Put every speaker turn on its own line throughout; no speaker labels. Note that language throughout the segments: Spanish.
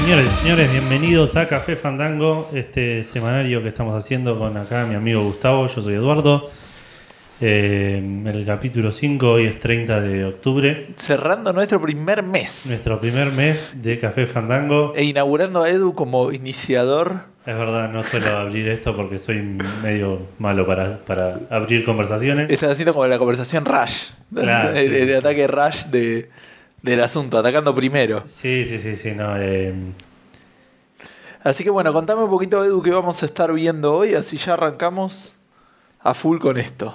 señores, bienvenidos a Café Fandango, este semanario que estamos haciendo con acá mi amigo Gustavo, yo soy Eduardo. Eh, el capítulo 5 hoy es 30 de octubre,
Cerrando nuestro primer mes
nuestro primer mes de Café Fandango.
e inaugurando a Edu como iniciador.
Es verdad, no suelo abrir esto porque soy medio malo para, para abrir conversaciones.
Estás haciendo como la conversación Rush.
Claro,
el,
sí.
el ataque Rush de, del asunto, atacando primero.
Sí, sí, sí, sí, no. eh,
Así que bueno, contame un poquito, Edu, qué vamos a estar viendo hoy. Así ya arrancamos a full con esto.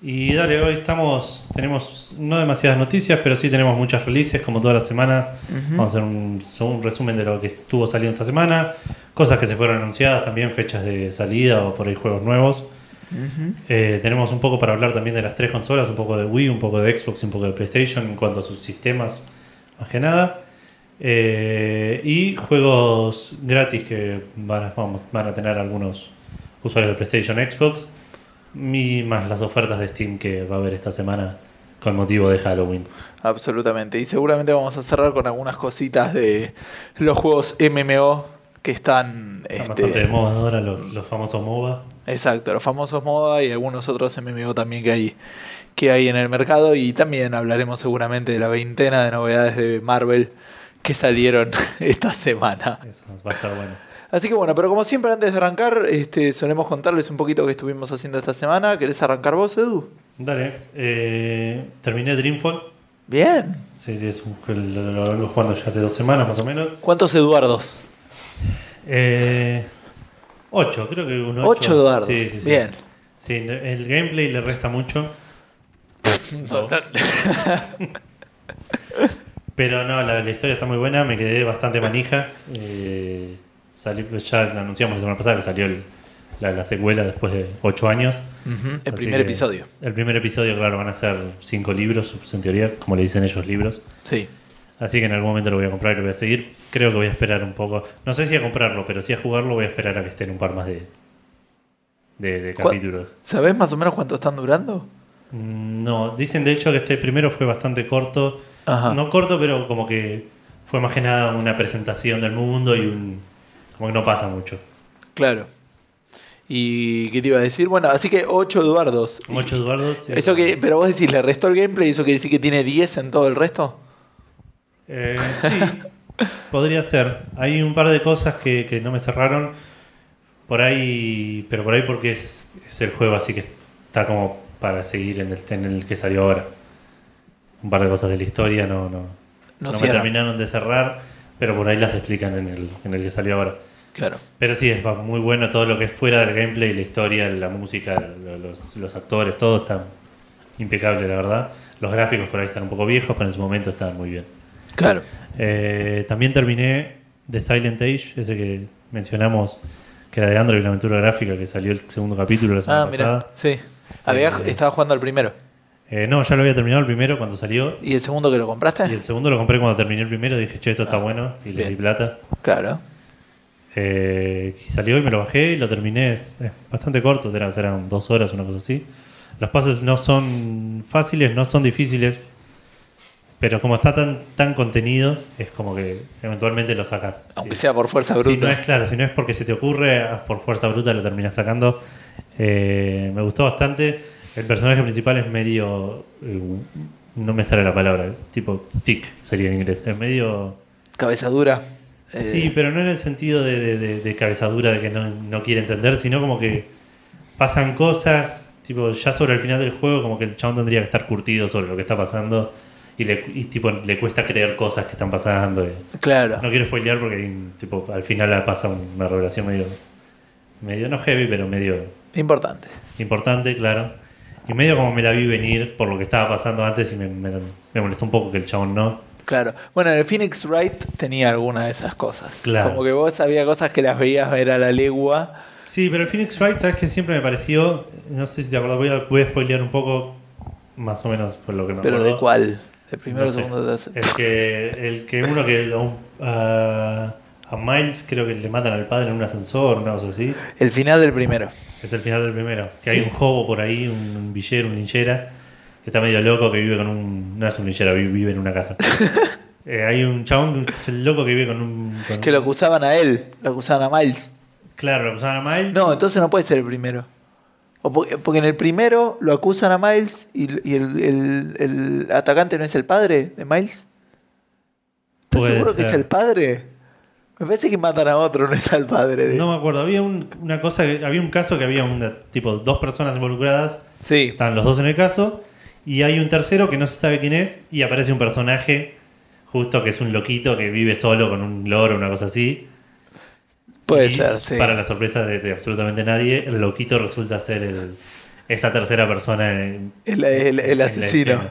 Y dale, hoy estamos, tenemos no demasiadas noticias, pero sí tenemos muchas releases, como todas las semanas. Vamos a hacer un, un resumen de lo que estuvo saliendo esta semana, cosas que se fueron anunciadas, también fechas de salida o por ahí juegos nuevos. Eh, tenemos un poco para hablar también de las tres consolas, un poco de Wii, un poco de Xbox y un poco de PlayStation en cuanto a sus sistemas, más que nada. Eh, y juegos gratis que van a, vamos- van a tener algunos usuarios de PlayStation Xbox. Y más las ofertas de Steam que va a haber esta semana con motivo de Halloween.
Absolutamente. Y seguramente vamos a cerrar con algunas cositas de los juegos MMO que están.
Están
este,
bastante de moda ahora los, los famosos MOBA.
Exacto, los famosos MOBA y algunos otros MMO también que hay, que hay en el mercado. Y también hablaremos seguramente de la veintena de novedades de Marvel que salieron esta semana.
Eso va a estar bueno.
Así que bueno, pero como siempre antes de arrancar, este, solemos contarles un poquito qué estuvimos haciendo esta semana. ¿Querés arrancar vos, Edu?
Dale, eh, terminé Dreamfall.
Bien.
Sí, sí, es un, jue- lo, lo vengo jugando ya hace dos semanas más o menos.
¿Cuántos Eduardos?
Eh, ocho, creo que un ocho.
Ocho Eduardos.
Sí, sí, sí.
Bien.
Sí, el gameplay le resta mucho. Pero no, la, la historia está muy buena, me quedé bastante manija. Eh, salió- ya la anunciamos la semana pasada que salió el- la, la secuela después de ocho años.
Ujú,
Así
El primer
que
episodio.
El primer episodio, claro, van a ser cinco libros, en teoría, como le dicen ellos, libros.
Sí.
Así que en algún momento lo voy a comprar y lo voy a seguir. Creo que voy a esperar un poco. No sé si a comprarlo, pero si a jugarlo voy a esperar a que estén un par más de, de, de
¿Cuá-
capítulos.
¿Sabés más o menos cuánto están durando?
Mm, No, dicen de hecho que este primero fue bastante corto.
Ajá.
No corto, pero como que fue más que nada una presentación del mundo y un... Como que no pasa mucho.
Claro. ¿Y qué te iba a decir? Bueno, así que 8 Eduardos. Y-
Mucho Eduardo. sí.
Eso que, pero vos decís, le restó el gameplay y eso quiere decir que tiene 10 en todo el resto.
Eh, sí, podría ser. Hay un par de cosas que, que no me cerraron. Por ahí, pero por ahí porque es, es el juego, así que está como para seguir en el, en el que salió ahora. Un par de cosas de la historia no, no,
No
no me
cierra.
terminaron de cerrar, pero por ahí las explican en el, en el que salió ahora.
Claro.
Pero sí, es muy bueno todo lo que es fuera del gameplay, la historia, la música, lo- los, los actores, todo está impecable, la verdad. Los gráficos por ahí están un poco viejos, pero en su momento estaban muy bien.
Claro.
Eh, también terminé The Silent Age, ese que mencionamos, que era de Android, la aventura gráfica, que salió el segundo capítulo la semana
Ah, mira.
pasada.
Sí. Había,
Eh,
estaba jugando al primero.
Eh, no, ya lo había terminado el primero cuando salió.
¿Y el segundo que lo
Y
compraste?
el segundo lo compré cuando terminé el primero. Dije, che, esto está bueno. Y le
Ah, bien.
di plata.
Claro.
Eh, y salió y me lo bajé y lo terminé. Es, es bastante corto, serán, serán dos horas, una cosa así. Los pases no son fáciles, no son difíciles. Pero como está tan, tan contenido, es como que eventualmente lo sacas.
Aunque
Sí.
sea por fuerza
Si no es
bruta.
claro, si no es porque se te ocurre, ah, por fuerza bruta lo terminas sacando. Eh, me gustó bastante. El personaje principal es medio. eh, no me sale la palabra, es tipo thick sería en inglés. Es medio.
Cabeza dura. Eh,
Sí, pero no en el sentido de, de- de- de cabezadura de que no, no quiere entender, sino como que pasan cosas, tipo, ya sobre el final del juego, como que el chabón tendría que estar curtido sobre lo que está pasando y le, y, tipo, le cuesta creer cosas que están pasando. eh.
Claro.
No quiero spoilear porque hay un- tipo, al final pasa una revelación medio, medio, no heavy, pero medio
Importante.
importante, claro. Y medio como me la vi venir por lo que estaba pasando antes y me, me, me molestó un poco que el chabón no.
Claro. Bueno, en el Phoenix Wright tenía alguna de esas cosas.
Claro.
Como que vos había cosas que las veías ver a la legua.
Sí, pero el Phoenix Wright, ¿sabes que Siempre me pareció, no sé si te acordás, voy a, voy a spoilear un poco, más o menos por lo que me
Pero
acuerdo.
¿de cuál? ¿De primero,
No sé.
segundo, tercero?
El que, el que uno que a un- a, a Miles creo que le matan al padre en un ascensor, una cosa así.
El final del primero.
Es el final del primero. Que hay
Sí.
un hobo por ahí, un, un villero, un linchera, que está medio loco, que vive con un. No es un linchera, vi- vive en una casa. Eh, hay un chabón, un loco que vive con un. con-
Que lo acusaban a él, lo acusaban a Miles.
Claro, lo acusaban a Miles.
No, eh. entonces no puede ser el primero. O porque, porque en el primero lo acusan a Miles y, y el, el- el atacante no es el padre de Miles. ¿Estás
Puede
seguro que
ser.
es el padre? Me parece que matan a otro, no es al padre. de-
No me acuerdo. Había un- una cosa, que- había un caso que había un, tipo dos personas involucradas.
Sí.
Están los dos en el caso. Y hay un tercero que no se sabe quién es. Y aparece un personaje, justo que es un loquito que vive solo con un loro, una cosa así.
Puede
Y
ser, sí.
Para la sorpresa de, de absolutamente nadie, el loquito resulta ser el- esa tercera persona. En,
El, el- el
en la
asesino.
escena.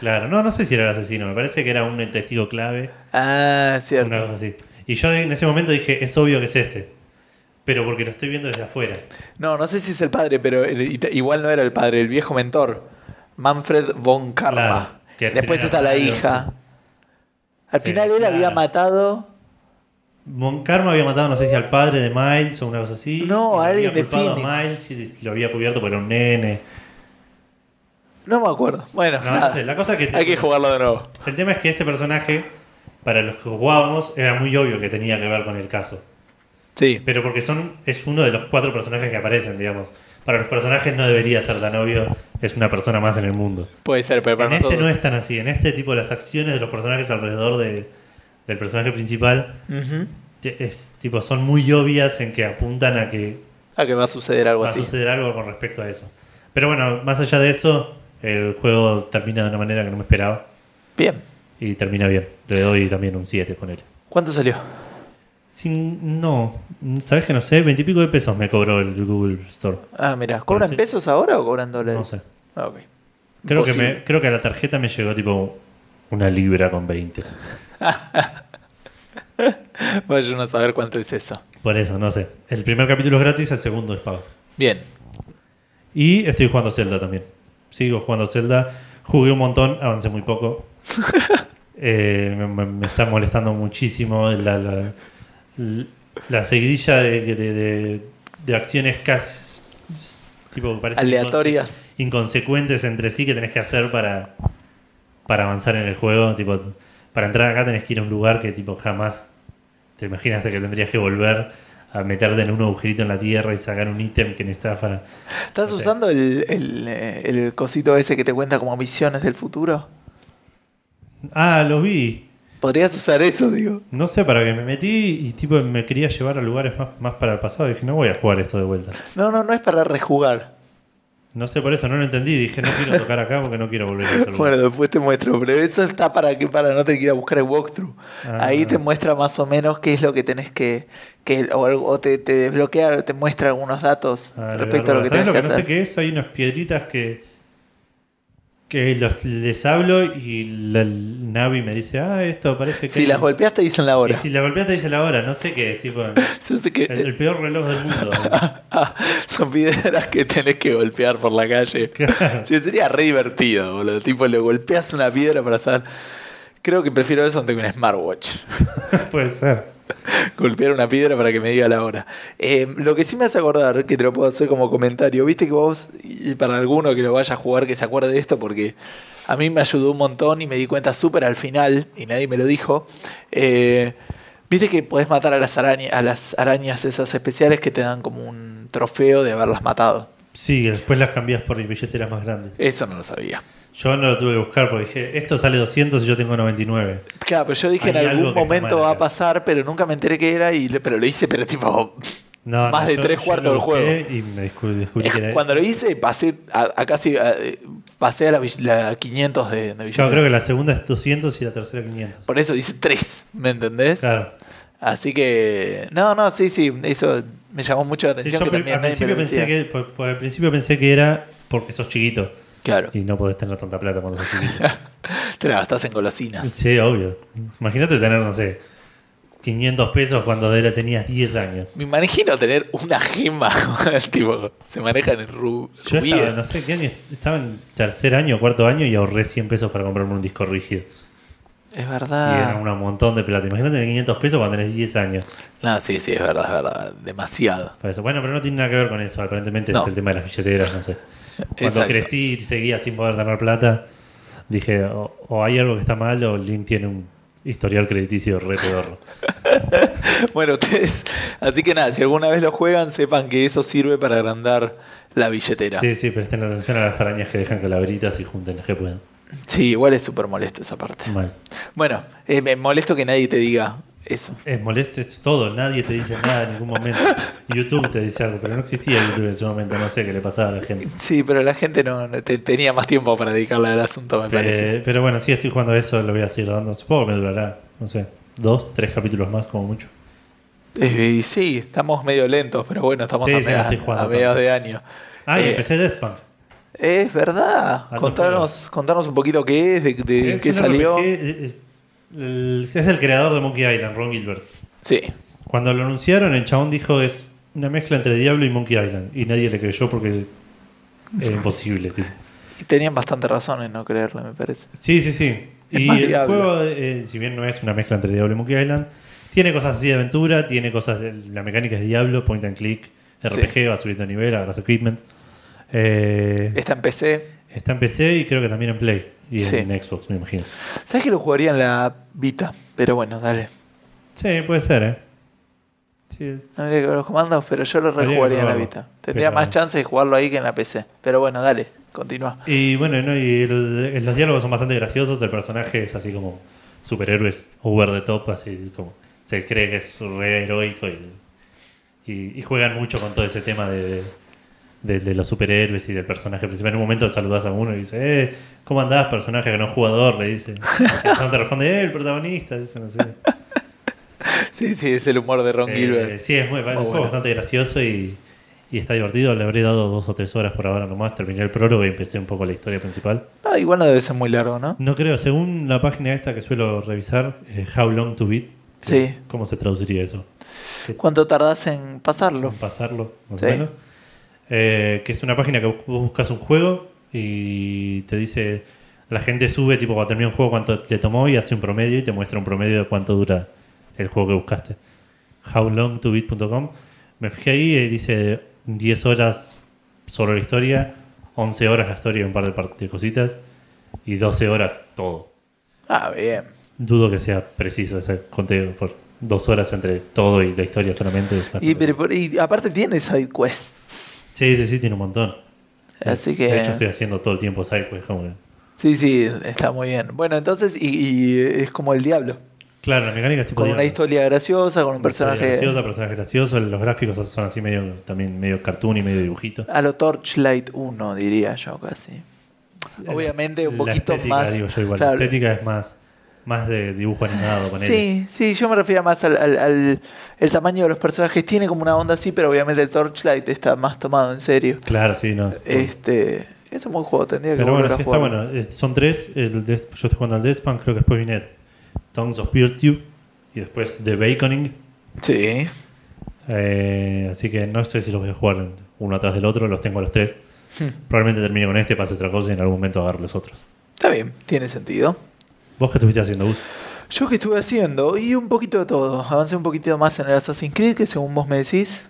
Claro, no, no sé si era el asesino. Me parece que era un testigo clave.
Ah, cierto.
Una cosa así. Y yo en ese momento dije, es obvio que es este. Pero porque lo estoy viendo desde afuera.
No, no sé si es el padre, pero el- i- igual no era el padre, el viejo mentor. Manfred von Karma.
Claro, que
Después
era
está la
malo.
hija. Al
Sí,
final él
claro.
había matado.
Von Karma había matado, no sé si al padre de Miles o una cosa así.
No,
Y lo
a alguien
había
de
culpado
Phoenix.
a Miles y lo había cubierto por un nene.
No me acuerdo. Bueno,
No,
nada.
no sé, la cosa es que...
hay que jugarlo de nuevo.
El tema es que este personaje, para los que jugábamos, era muy obvio que tenía que ver con el caso.
Sí.
Pero porque son es uno de los cuatro personajes que aparecen, digamos. Para los personajes no debería ser tan obvio, es una persona más en el mundo.
Puede ser, pero para
en este
nosotros.
no es tan así. En este tipo las acciones de los personajes alrededor de- del personaje principal
Ujú.
te- es, tipo, son muy obvias en que apuntan a que
Ah, que va a suceder algo
va a
así.
suceder algo con respecto a eso. Pero bueno, más allá de eso, el juego termina de una manera que no me esperaba.
Bien.
Y termina bien. Le doy también un 7, ponele.
¿Cuánto salió?
Sin, no, sabes que no sé, veintipico de pesos me cobró el Google Store.
Ah, mira. ¿Cobran
Bueno, sí.
pesos ahora o cobran dólares?
No sé.
Ah, ok.
Creo que,
Imposible.
me, creo que a la tarjeta me llegó tipo una libra con 20.
Vaya uno a saber cuánto es eso.
Por eso, no sé. El primer capítulo es gratis, el segundo es pago.
Bien.
Y estoy jugando Zelda también. Sigo jugando Zelda. Jugué un montón, avancé muy poco. Eh, me, me- me está molestando muchísimo la, la- la seguidilla de, de- de- de acciones casi tipo que parecen
Aleatorias.
inconse- inconsecuentes entre sí que tenés que hacer para, para avanzar en el juego. Tipo, para entrar acá tenés que ir a un lugar que tipo jamás te imaginaste que tendrías que volver a meterte en un agujerito en la tierra y sacar un ítem que necesitabas para.
¿Estás
No sé.
usando el, el, eh, el cosito ese que te cuenta como visiones del futuro?
Ah, los vi.
Podrías usar eso, digo.
No sé, para que me metí y tipo me quería llevar a lugares más, más para el pasado. Dije, no voy a jugar esto de vuelta.
No, no, no es para rejugar.
No sé, por eso no lo entendí. Dije, no quiero tocar acá porque no quiero volver a hacerlo.
Bueno, después te muestro, pero eso está para que para no tener que ir a buscar el walkthrough.
Ah.
Ahí te muestra más o menos qué es lo que tenés que, que- o, algo- o te, te desbloquea, te muestra algunos datos
Ah,
respecto a lo que
¿Sabes
tenés
lo
que
que no sé
hacer.
qué es? Hay unas piedritas que. que los- les hablo y la- el Navi me dice, ah, esto parece que.
Si las golpeas te dicen la
Y
hora.
si la golpeas te dice la hora, no sé qué es, tipo.
Yo sé que-
El, el peor reloj del mundo.
Ah, Son piedras que tenés que golpear por la calle.
Claro.
Che, sería re divertido, boludo. Tipo, le golpeas una piedra para saber. Creo que prefiero eso antes que un smartwatch.
Puede ser.
Golpear una piedra para que me diga la hora. Eh, lo que sí me hace acordar, que te lo puedo hacer como comentario, viste que vos, y para alguno que lo vaya a jugar, que se acuerde de esto, porque a mí me ayudó un montón y me di cuenta súper al final, y nadie me lo dijo. eh, viste que podés matar a las, araña- a las arañas esas especiales que te dan como un trofeo de haberlas matado.
Sí, que después las cambias por billeteras más grandes.
Eso no lo sabía.
Yo no lo tuve que buscar porque dije, esto sale 200 y yo tengo 99.
Claro, pero yo
Hay
dije en algún
algo que está
momento
mal
va a
acá.
pasar, pero nunca me enteré que era, y, pero lo hice, pero tipo,
No,
Más
no,
de tres
lo
cuartos del
busqué
juego.
Y me descubrí, descubrí que era
Cuando
eso.
lo hice, pasé a, a casi. a- eh, pasé a la, vill- la 500 de, de billetera.
Yo creo que la segunda es 200 y la tercera 500.
Por eso hice 3, ¿me entendés?
Claro.
Así que. No, no, sí, sí. Eso me llamó mucho la
Sí, yo
atención. que
pri-
también
al,
nadie
principio
me lo decía.
pensé que, por- por- al principio pensé que era porque sos chiquito
Claro,
y no podés tener tanta plata cuando sos chiquito.
te la gastás en golosinas.
sí, obvio. Imagínate tener, no sé, 500 pesos cuando era, tenías 10 años.
Me imagino tener una gema. tipo, se manejan en ru-
Yo estaba,
rubíes.
no sé qué año, estaba en tercer año, cuarto año y ahorré 100 pesos para comprarme un disco rígido.
Es
Y era
verdad.
un montón de plata. Imagínate tener 500 pesos cuando tenés 10 años.
No, sí, sí, es verdad, es verdad. Demasiado.
Por eso. Bueno, pero no tiene nada que ver con eso, aparentemente.
No.
Es el tema de las billeteras, no sé. Cuando
Exacto.
crecí y seguía sin poder ganar plata, dije, o, o hay algo que está mal o Link tiene un Historial crediticio re pedorro.
Bueno, ustedes. Así que nada, si alguna vez lo juegan, sepan que eso sirve para agrandar la billetera. Sí,
Sí, sí, presten atención a las arañas que dejan calaveritas y junten las que puedan.
igual es súper molesto esa parte.
Mal.
Bueno, eh, me molesto que nadie te diga eso.
Es molesto, es todo, nadie te dice nada en ningún momento. YouTube te dice algo, pero no existía YouTube en ese momento, no sé qué le pasaba a la gente.
Sí, pero la gente no, no- te- tenía más tiempo para dedicarle al asunto, me parece.
Pero, pero bueno, sí, estoy jugando a eso, lo voy a seguir dando. Supongo que me durará, no sé, dos, tres capítulos más como mucho.
Eh, y sí, estamos medio lentos, pero bueno, estamos
Sí,
a,
sí,
mea-
estoy jugando
a mediados
tanto.
de año.
Ah, y
Eh,
empecé Deathpunk.
Es verdad.
Alto
Contanos, contanos un poquito qué es, de, de
Es
qué
un
salió.
RPG, eh, eh, el- es del creador de Monkey Island, Ron Gilbert.
Sí.
Cuando lo anunciaron, el chabón dijo es una mezcla entre Diablo y Monkey Island. Y nadie le creyó porque era imposible. tipo.
Y Tenían bastante razón en no creerle, me parece.
Sí, sí, sí.
Es
Y
más
el
Diablo.
juego, eh, si bien no es una mezcla entre Diablo y Monkey Island, tiene cosas así de aventura, tiene cosas. de- la mecánica es Diablo, point and click, RPG, va subiendo nivel, agarras equipment. Eh,
Esta empecé.
está en PC y creo que también en Play. Y
Sí.
en Xbox, me imagino.
¿Sabes que lo jugaría en la Vita? Pero bueno, dale.
Sí, puede ser, ¿eh? Sí,
No habría que ver los comandos, pero yo lo
Habría que
rejugaría en la
probarlo,
Vita. Tendría
pero-
más chance de jugarlo ahí que en la PC. Pero bueno, dale, continúa.
Y bueno, ¿no? y el- los diálogos son bastante graciosos. El personaje es así como superhéroes over the top, así como se cree que es re heroico y, y- y juegan mucho con todo ese tema de, de- de los superhéroes y del personaje principal. En un momento saludas a uno y dice, eh, ¿cómo andás, personaje que no es jugador? Le dice. Y el chabón te responde, eh, el protagonista. Dice, no sé.
Sí, sí, es el humor de Ron
Eh,
Gilbert.
sí, es muy, un juego
bueno.
bastante gracioso y, y está divertido. Le habré dado dos o tres horas por ahora nomás. Terminé el prólogo y empecé un poco la historia principal.
No, Ah, igual no debe ser muy largo, ¿no?
No creo, según la página esta que suelo revisar, eh, How Long to Beat. que-
Sí.
¿Cómo se traduciría eso?
¿Cuánto tardás en pasarlo?
Pasarlo, más
Sí.
o menos. Eh, que es una página que bu- vos buscas un juego y te dice. La gente sube, tipo, cuando termina un juego, cuánto le tomó y hace un promedio y te muestra un promedio de cuánto dura el juego que buscaste. howlongtobeat.com. Me fijé ahí y dice 10 horas solo la historia, 11 horas la historia y un par de, par- de cositas y 12 horas todo.
Ah, bien.
Dudo que sea preciso ese conteo por dos horas entre todo y la historia solamente. es bastante-
Y, pero por- y aparte tiene side quests.
sí, sí, sí, tiene un montón. Sí.
Así que.
De hecho, estoy haciendo todo el tiempo sidequest. Como que-
Sí, sí, está muy bien. Bueno, entonces, y, y es como el diablo.
Claro, la mecánica es tipo.
Con una
diablo.
historia graciosa, con un
Historia
personaje
graciosa, personaje gracioso. Los gráficos son así medio también medio cartoon y medio dibujito.
a lo Torchlight 1, diría yo casi. Obviamente un
La
poquito
estética,
más-
digo yo igual,
claro.
La estética es más, más de dibujo animado con
Sí, sí, yo me refiero más al, al- al- el tamaño de los personajes. Tiene como una onda así, pero obviamente el Torchlight está más tomado en serio.
Claro, sí, no.
Este, es un buen juego, tendría que
Pero
volver
bueno,
a
sí está
jugar.
bueno. Eh, Son tres. El Death- yo estoy jugando al Deathspan, creo que después viene Tongues of Virtue y después The Baconing.
Sí.
Eh, así que no sé si los voy a jugar uno atrás del otro, los tengo a los tres. Probablemente termine con este, pase otra cosa y en algún momento agarro los otros.
Está bien, tiene sentido.
¿Vos qué estuviste haciendo, Gus?
Yo que estuve haciendo, y un poquito de todo. Avancé un poquito más en el Assassin's Creed, que según vos me decís,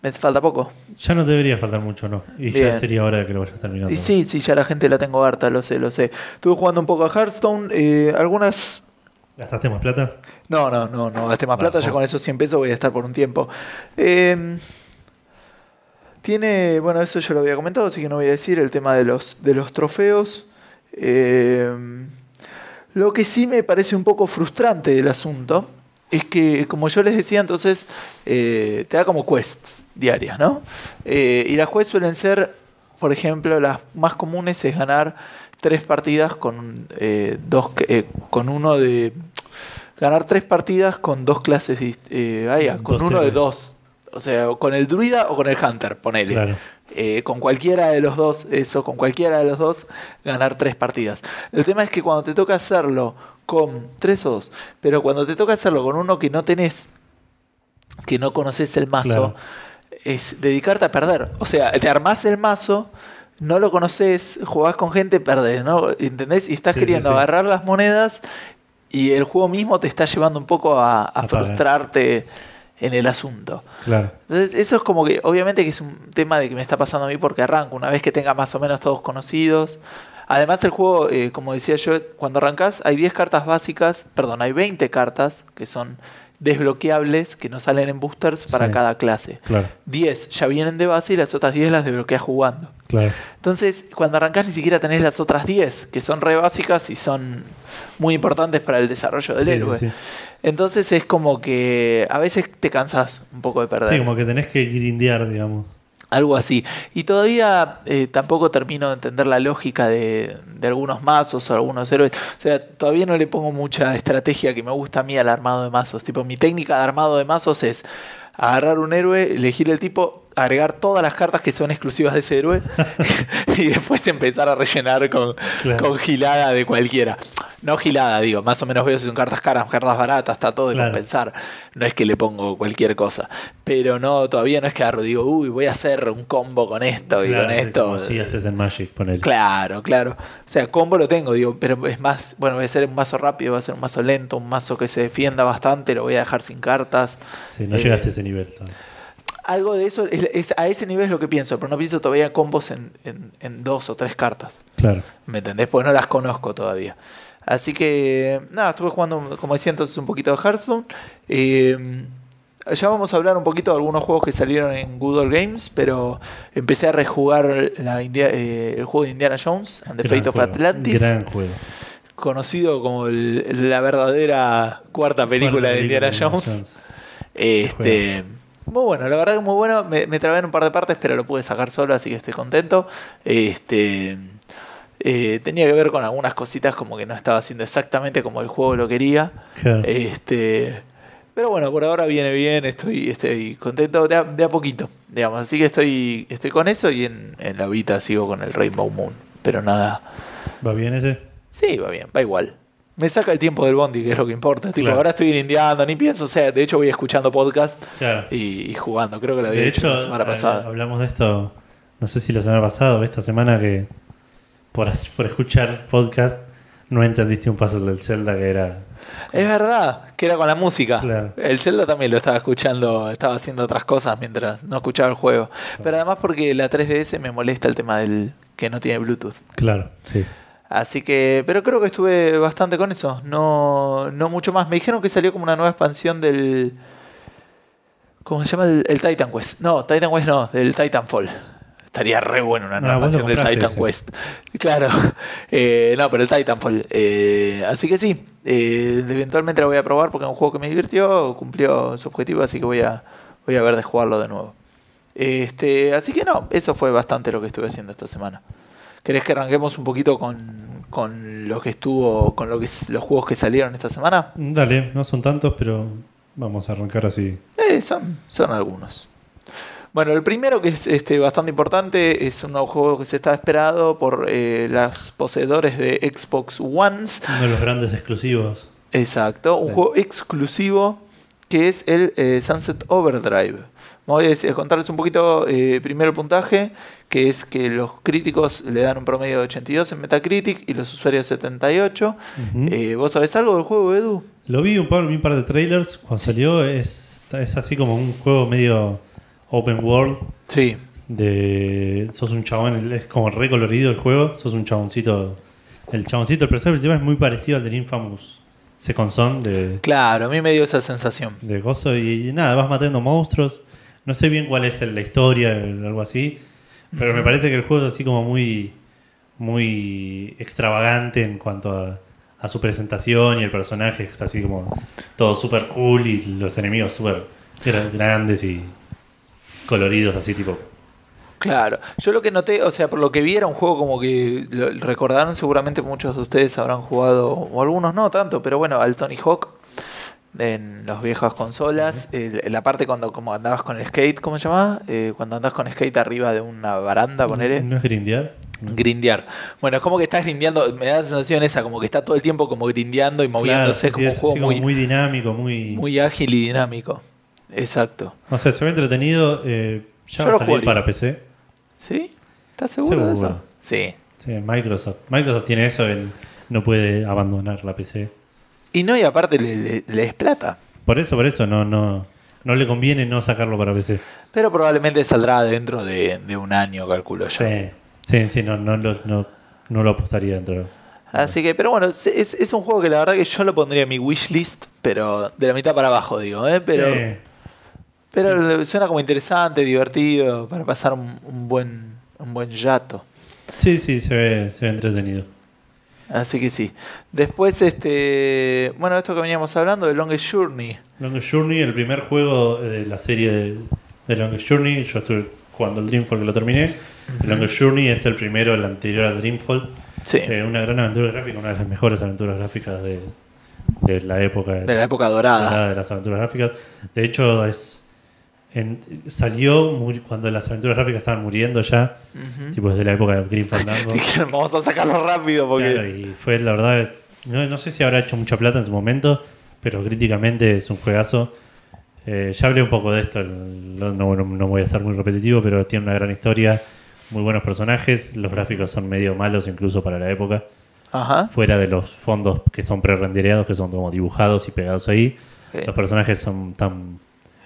me falta poco.
Ya no debería faltar mucho, ¿no? Y
Bien.
ya sería hora de que lo vayas terminando.
Y sí, sí, ya la gente la tengo harta, lo sé, lo sé. Estuve jugando un poco a Hearthstone, eh, algunas...
¿Gastaste más plata?
No, no, no, no gasté más plata, ya
Bajo.
con esos 100 pesos voy a estar por un tiempo. Eh, tiene, bueno, eso yo lo había comentado, así que no voy a decir el tema de los, de los trofeos. Eh, lo que sí me parece un poco frustrante del asunto es que, como yo les decía, entonces eh, te da como quests diarias, ¿no? Eh, y las quests suelen ser, por ejemplo, las más comunes es ganar tres partidas con eh, dos, que- eh, con uno de ganar tres partidas con dos clases, dist- eh, ay, con
Dos
uno de
héroes.
dos, o sea, o con el druida o con el hunter, ponele.
Claro.
Eh, con cualquiera de los dos, eso, con cualquiera de los dos, ganar tres partidas. El tema es que cuando te toca hacerlo con tres o dos, pero cuando te toca hacerlo con uno que no tenés, que no conoces el mazo,
Claro.
es dedicarte a perder. O sea, te armás el mazo, no lo conoces, jugás con gente, perdés, ¿no? ¿Entendés? Y estás
Sí, sí,
queriendo
sí.
agarrar las monedas y el juego mismo te está llevando un poco a, a
pagar.
frustrarte en el asunto.
Claro.
Entonces, eso es como que, obviamente que es un tema de que me está pasando a mí porque arranco. Una vez que tenga más o menos todos conocidos, Además, el juego, eh, como decía yo, cuando arrancás, hay 10 cartas básicas, perdón, hay 20 cartas que son desbloqueables que no salen en boosters para
Sí.
cada clase.
Claro,
10 ya vienen de base y las otras 10 las desbloqueas jugando.
claro.
Entonces, cuando arrancás ni siquiera tenés las otras 10, que son re básicas y son muy importantes para el desarrollo del
Sí,
héroe.
sí, sí.
Entonces es como que a veces te cansás un poco de perder.
Sí, como que tenés que grindear, digamos.
Algo así. Y todavía eh, tampoco termino de entender la lógica de, de algunos mazos o algunos héroes. O sea, todavía no le pongo mucha estrategia que me gusta a mí al armado de mazos. Tipo, mi técnica de armado de mazos es agarrar un héroe, elegir el tipo, agregar todas las cartas que son exclusivas de ese héroe y después empezar a rellenar con,
Claro.
con gilada de cualquiera. No gilada, digo, más o menos veo si son cartas caras, cartas baratas, está todo de
Claro.
compensar pensar. No es que le pongo cualquier cosa. Pero no, todavía no es que agarro y digo, uy, voy a hacer un combo con esto y
Claro,
con
sí,
esto.
como si haces en Magic, ponele.
Claro, claro. O sea, combo lo tengo, digo, pero es más, bueno, voy a hacer un mazo rápido, voy a hacer un mazo lento, un mazo que se defienda bastante, lo voy a dejar sin cartas.
Sí, no
Eh,
llegaste a ese nivel. todavía.
Algo de eso, es, es- a ese nivel es lo que pienso, pero no pienso todavía en combos en- en- en dos o tres cartas.
Claro.
¿Me entendés? Pues no las conozco todavía. Así que, nada, estuve jugando, como decía entonces, un poquito de Hearthstone. Eh, ya vamos a hablar un poquito de algunos juegos que salieron en Good Old Games, pero empecé a rejugar la India- eh, el juego de Indiana Jones and the
Gran
Fate of
juego,
Atlantis,
Gran juego.
conocido como el- la verdadera cuarta película
Cuarta
de Indiana Jones. Este,
Juegas.
muy bueno, la verdad que muy bueno. Me, me trabé en un par de partes, pero lo pude sacar solo, así que estoy contento. Este, eh, tenía que ver con algunas cositas como que no estaba haciendo exactamente como el juego lo quería.
Claro.
Este, pero bueno, por ahora viene bien, estoy, estoy contento de a, de a poquito, digamos. Así que estoy, estoy con eso y en, en la vida sigo con el Rainbow Moon. Pero nada,
¿Va bien ese?
Sí, va bien, va igual. Me saca el tiempo del bondi, que es lo que importa. Tipo,
Claro.
ahora estoy grindeando, ni pienso. O sea, de hecho voy escuchando podcast
Claro.
y, y jugando. Creo que lo había
De
hecho,
hecho,
la semana
eh,
pasada.
hablamos de esto, no sé si la semana pasada o esta semana, que por, as- por escuchar podcast no entendiste un puzzle del Zelda que era.
Es verdad, que era con la música.
Claro.
El Zelda también lo estaba escuchando, estaba haciendo otras cosas mientras no escuchaba el juego. Pero además porque la 3DS me molesta el tema del que no tiene Bluetooth.
Claro, sí.
Así que, pero creo que estuve bastante con eso. No, no mucho más. Me dijeron que salió como una nueva expansión del. ¿Cómo se llama? El, el Titan Quest. No, Titan Quest no, del Titanfall. Estaría re bueno una nueva
Ah, vos lo
expansión del
compraste
Titan
ese.
Quest. Claro. Eh, no, pero el Titanfall. Eh, así que sí. eh, eventualmente lo voy a probar porque es un juego que me divirtió, cumplió su objetivo, así que voy a, voy a ver de jugarlo de nuevo. Este, así que no, eso fue bastante lo que estuve haciendo esta semana. ¿Querés que arranquemos un poquito con, con lo que estuvo, con lo que s- los juegos que salieron esta semana?
Dale, no son tantos, pero vamos a arrancar así.
Eh, son, son algunos. Bueno, el primero que es este, bastante importante es un nuevo juego que se está esperado por eh, los poseedores de Xbox Ones.
Uno de los grandes exclusivos.
Exacto, un
Sí.
juego exclusivo que es el eh, Sunset Overdrive. Voy a decir- a contarles un poquito eh, primero el puntaje, que es que los críticos le dan un promedio de 82 en Metacritic y los usuarios 78.
Ujú.
Eh, ¿Vos sabés algo del juego, Edu?
Lo vi un par, vi un par de trailers cuando salió. Es, es así como un juego medio open world.
Sí,
de sos un chabón, es como recolorido el juego, sos un chaboncito. El chaboncito, el personaje principal es muy parecido al del Infamous Second Son de,
claro, a mí me dio esa sensación.
de Gozo y, nada, vas matando monstruos. No sé bien cuál es el- la historia, el- algo así, pero me parece que el juego es así como muy muy extravagante en cuanto a, a su presentación y el personaje es así como todo super cool y los enemigos super gra- grandes y coloridos así tipo
Claro, yo lo que noté, o sea, por lo que vi era un juego como que lo recordaron seguramente muchos de ustedes habrán jugado, o algunos no tanto, pero bueno, al Tony Hawk en las viejas consolas, el- la parte cuando como andabas con el skate, ¿cómo se llamaba? Eh, cuando andabas con skate arriba de una baranda, Ah, ponele.
no es grindear no.
Grindear. Bueno, es como que estás grindeando, me da la sensación esa, como que está todo el tiempo como grindeando y moviéndose,
Claro, sí, es
es como un
así
juego
como
muy,
muy dinámico, muy,
muy ágil y dinámico. Exacto.
O sea, se ve entretenido. eh, ya
Yo
va
lo
a salir
jugaría.
para PC.
¿Sí? ¿Estás seguro de eso?
Seguro.
Sí.
Sí, Microsoft. Microsoft tiene eso, el no puede abandonar la PC.
Y no, y aparte le, le- le es plata.
Por eso, por eso, no, no, no le conviene no sacarlo para PC.
Pero probablemente saldrá dentro de, de un año, calculo yo.
Sí, sí, sí, no, no, lo- no no lo apostaría dentro.
Así que, pero bueno, es, es- es un juego que la verdad que yo lo pondría en mi wishlist, pero de la mitad para abajo, digo, ¿eh? Pero,
Sí.
pero suena como interesante, divertido, para pasar un, un buen un buen yato.
Sí, sí, se ve, se ve entretenido.
Así que sí. Después, este. Bueno, esto que veníamos hablando, de Longest Journey.
Longest Journey, el primer juego de la serie de, de Longest Journey. Yo estuve jugando el Dreamfall que lo terminé. Longest Journey es el primero, el anterior al Dreamfall.
Sí.
Eh, una gran aventura gráfica, una de las mejores aventuras gráficas de, de la época.
de la época dorada.
de las aventuras gráficas. De hecho, es en- salió muri- cuando las aventuras gráficas estaban muriendo ya. Tipo, desde la época de Green Fandango.
Dijeron, vamos a sacarlo rápido porque.
Claro, y fue, la verdad, es- no, no sé si habrá hecho mucha plata en su momento, pero críticamente es un juegazo. Eh, ya hablé un poco de esto, el- no, no- no voy a ser muy repetitivo, pero tiene una gran historia, muy buenos personajes, los gráficos son medio malos incluso para la época,
Ajá.
fuera de los fondos que son pre-rendereados, que son como dibujados y pegados ahí,
Ok.
los personajes son tan...